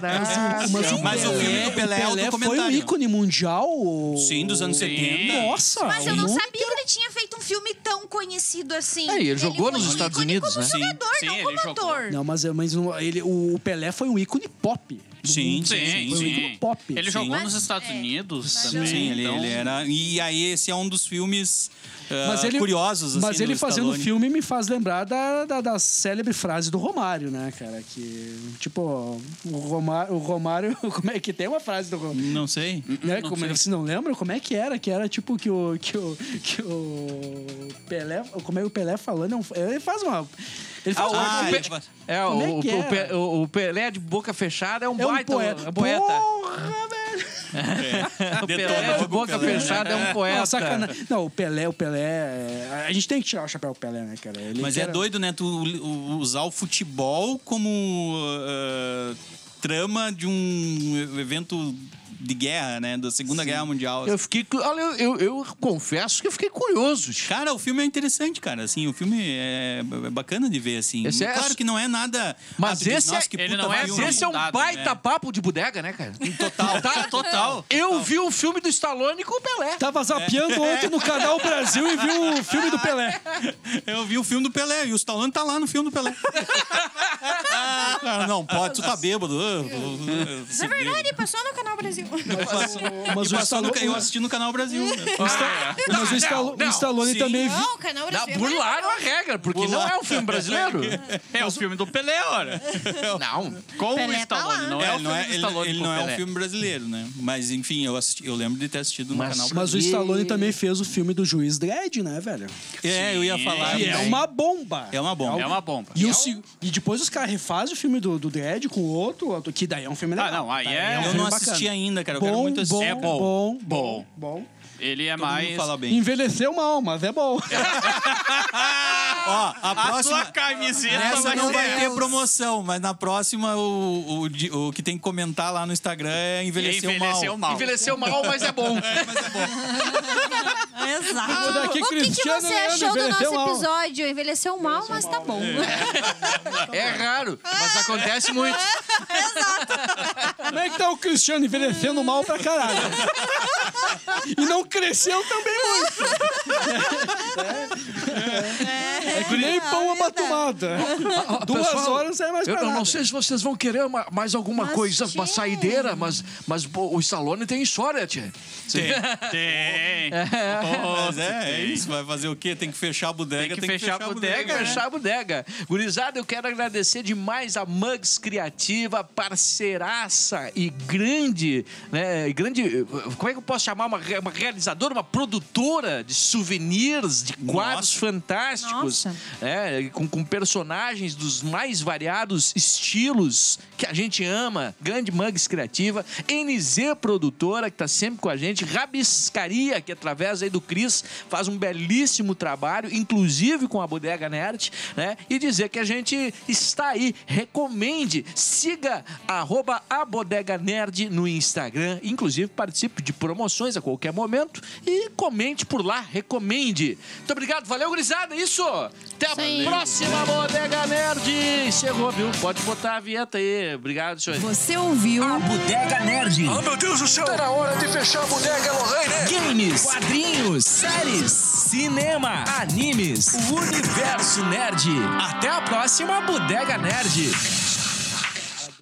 Caraca.
Mas o filme do Pelé é o
foi um
documentário.
ícone mundial? ou-
Sim, dos anos 70.
Ah,
Nossa!
Mas eu
o
não
mundo
sabia que ele tinha feito um filme tão conhecido assim.
É, ele jogou
foi
nos
um
Estados
ícone
Unidos,
como
né?
jogador,
Sim,
não
sim,
como
ele jogou.
ator.
Não, mas, mas não- ele, o Pelé foi um ícone pop. do
Sim,
mundo,
Sim,
assim, Foi um
sim.
ícone pop.
Ele
Sim.
jogou
Mas-
nos Estados
é.
Unidos
Mas
também.
Sim, ele,
então-
ele era. E aí, esse é um dos filmes ah,
Mas ele,
curiosos. Assim,
mas ele
do
fazendo
Stallone.
filme me faz lembrar da, da, da célebre frase do Romário, né, cara? Que, tipo, o Romário, o Romário <laughs> como é que tem uma frase do Romário?
Não sei.
Né? Como, vocês não lembram como é que era? Que era tipo que o. Que o, que o Pelé. Como é que o Pelé falando? é um- Ele faz uma. Ele faz uma.
Ah,
o
ele
Pe-
faz-
É,
Como é
o,
que
o
é?
Pe- o- o Pelé de boca fechada é um
é um
baita.
poeta.
É um poeta.
Porra, velho!
O
Detona
Pelé de
logo o
boca
Pelé, né?
fechada é um poeta.
Não, sacana- Não, o Pelé, o Pelé. é- A gente tem que tirar o chapéu do Pelé, né, cara? Ele
Mas
que
é
era-
doido, né? Tu u- usar o futebol como ah, trama de um evento de guerra, né? Da Segunda Guerra Mundial.
Eu fiquei. cu- Olha, eu, eu- eu confesso que eu fiquei curioso.
Cara, o filme é interessante, cara. Assim, o filme é é bacana de ver, assim.
Esse é-
Claro que não é nada.
Mas
Ah, tu diz,
esse, é,
"Nossa, que
ele
puta
não é-
filme."
esse é um
Dado,
baita
né? Então.
papo de bodega, né, <laughs> cara?
Total, total.
Eu vi o filme do Stallone com o Pelé.
Tava zapeando ontem no canal Brasil e viu o filme do Pelé.
<laughs> Eu vi o filme do Pelé e o Stallone tá lá no filme
<laughs>
do Pelé. Ah, não, pode, tu tá <laughs> bêbado. Ah,
Isso é verdade, passou no Canal Brasil. <laughs>
Mas o
e passou no ca-
Stallone,
eu assisti no Canal Brasil. né?
mas o Stallone-
não,
o Stallone
sim.
também viu.
Não, o Canal
Dá-
Brasil. é
Burlaram a regra, porque não é um filme brasileiro.
É o filme do Pelé, olha.
Não.
Com
Pelé
o
tá
Stallone.
lá.
não
É,
é,
ele
o filme
não é,
do
ele,
Stallone
ele
com
não é
o
um
Pelé.
filme brasileiro, né? Mas enfim, eu, assisti, eu lembro de ter assistido no
Mas-
Canal Brasil.
Mas o Stallone também fez o filme do Juiz Dredd, né, velho?
É, eu ia falar.
Que é
né?
uma bomba.
É uma bomba.
É uma bomba.
E, o se- e depois os caras refazem o filme do, do Dredd com outro, outro, que daí é um filme legal.
Ah, não, aí
Daí
é-
um
Eu
filme
não assisti
bacana.
ainda, cara. Eu quero
Bom,
muito assistir.
bom,
É bom.
bom,
Bom.
bom, bom.
Ele é
Todo mundo
mais...
fala
<laughs>
bem.
Envelheceu mal, mas é bom.
Ó, a
A
próxima.
sua camiseta
Nessa
vai
não
ser
vai ter
essa.
promoção, mas na próxima o, o, de- o que tem que comentar lá no Instagram é envelheceu,
Envelheceu mal.
Envelheceu mal, mas é bom.
Exato.
Daqui,
o que, que
Cristiano
você
Leandro
achou do nosso
envelheceu mal.
episódio? Envelheceu mal, mas tá bom.
É raro, mas acontece <laughs> muito.
Como é que tá o Cristiano envelhecendo mal pra caralho? E não cresceu também muito. É, que nem pão abatumada. Duas
Pessoal,
horas não é mais
Eu,
pra
eu
nada.
não sei se vocês vão querer uma- mais alguma
Mas,
coisa, uma
tia.
saideira, mas, mas pô, o Stallone tem história, tia.
<laughs> Tem.
Mas é, é isso, vai fazer o quê? Tem que fechar a bodega,
Tem que fechar a bodega,
né?
Fechar a bodega. Gurizada, eu quero agradecer demais a Mugs Criativa, parceiraça e grande, né? Grande. Como é que eu posso chamar? Uma, re- uma realizadora, uma produtora de souvenirs, de quadros fantásticos.
Nossa.
né? Com, com personagens dos mais variados estilos que a gente ama. Grande Mugs Criativa, NZ Produtora, que tá sempre com a gente, Rabiscaria, que através aí do Cris faz um belíssimo trabalho, inclusive com a Bodega Nerd, né? E dizer que a gente está Tá aí, recomende, siga arroba a Bodega Nerd no Instagram, inclusive participe de promoções a qualquer momento e comente por lá, recomende. Muito obrigado, valeu, gurizada, é isso! Até a
Isso aí.
próxima Bodega Nerd! Chegou, viu? Pode botar a vinheta aí. Obrigado, senhor.
Você ouviu?
A Bodega Nerd.
meu Deus do céu! Tá na hora de fechar a bodega, Lorraine!
Games, quadrinhos, séries, cinema, animes, o universo nerd. Até a próxima Bodega Nerd.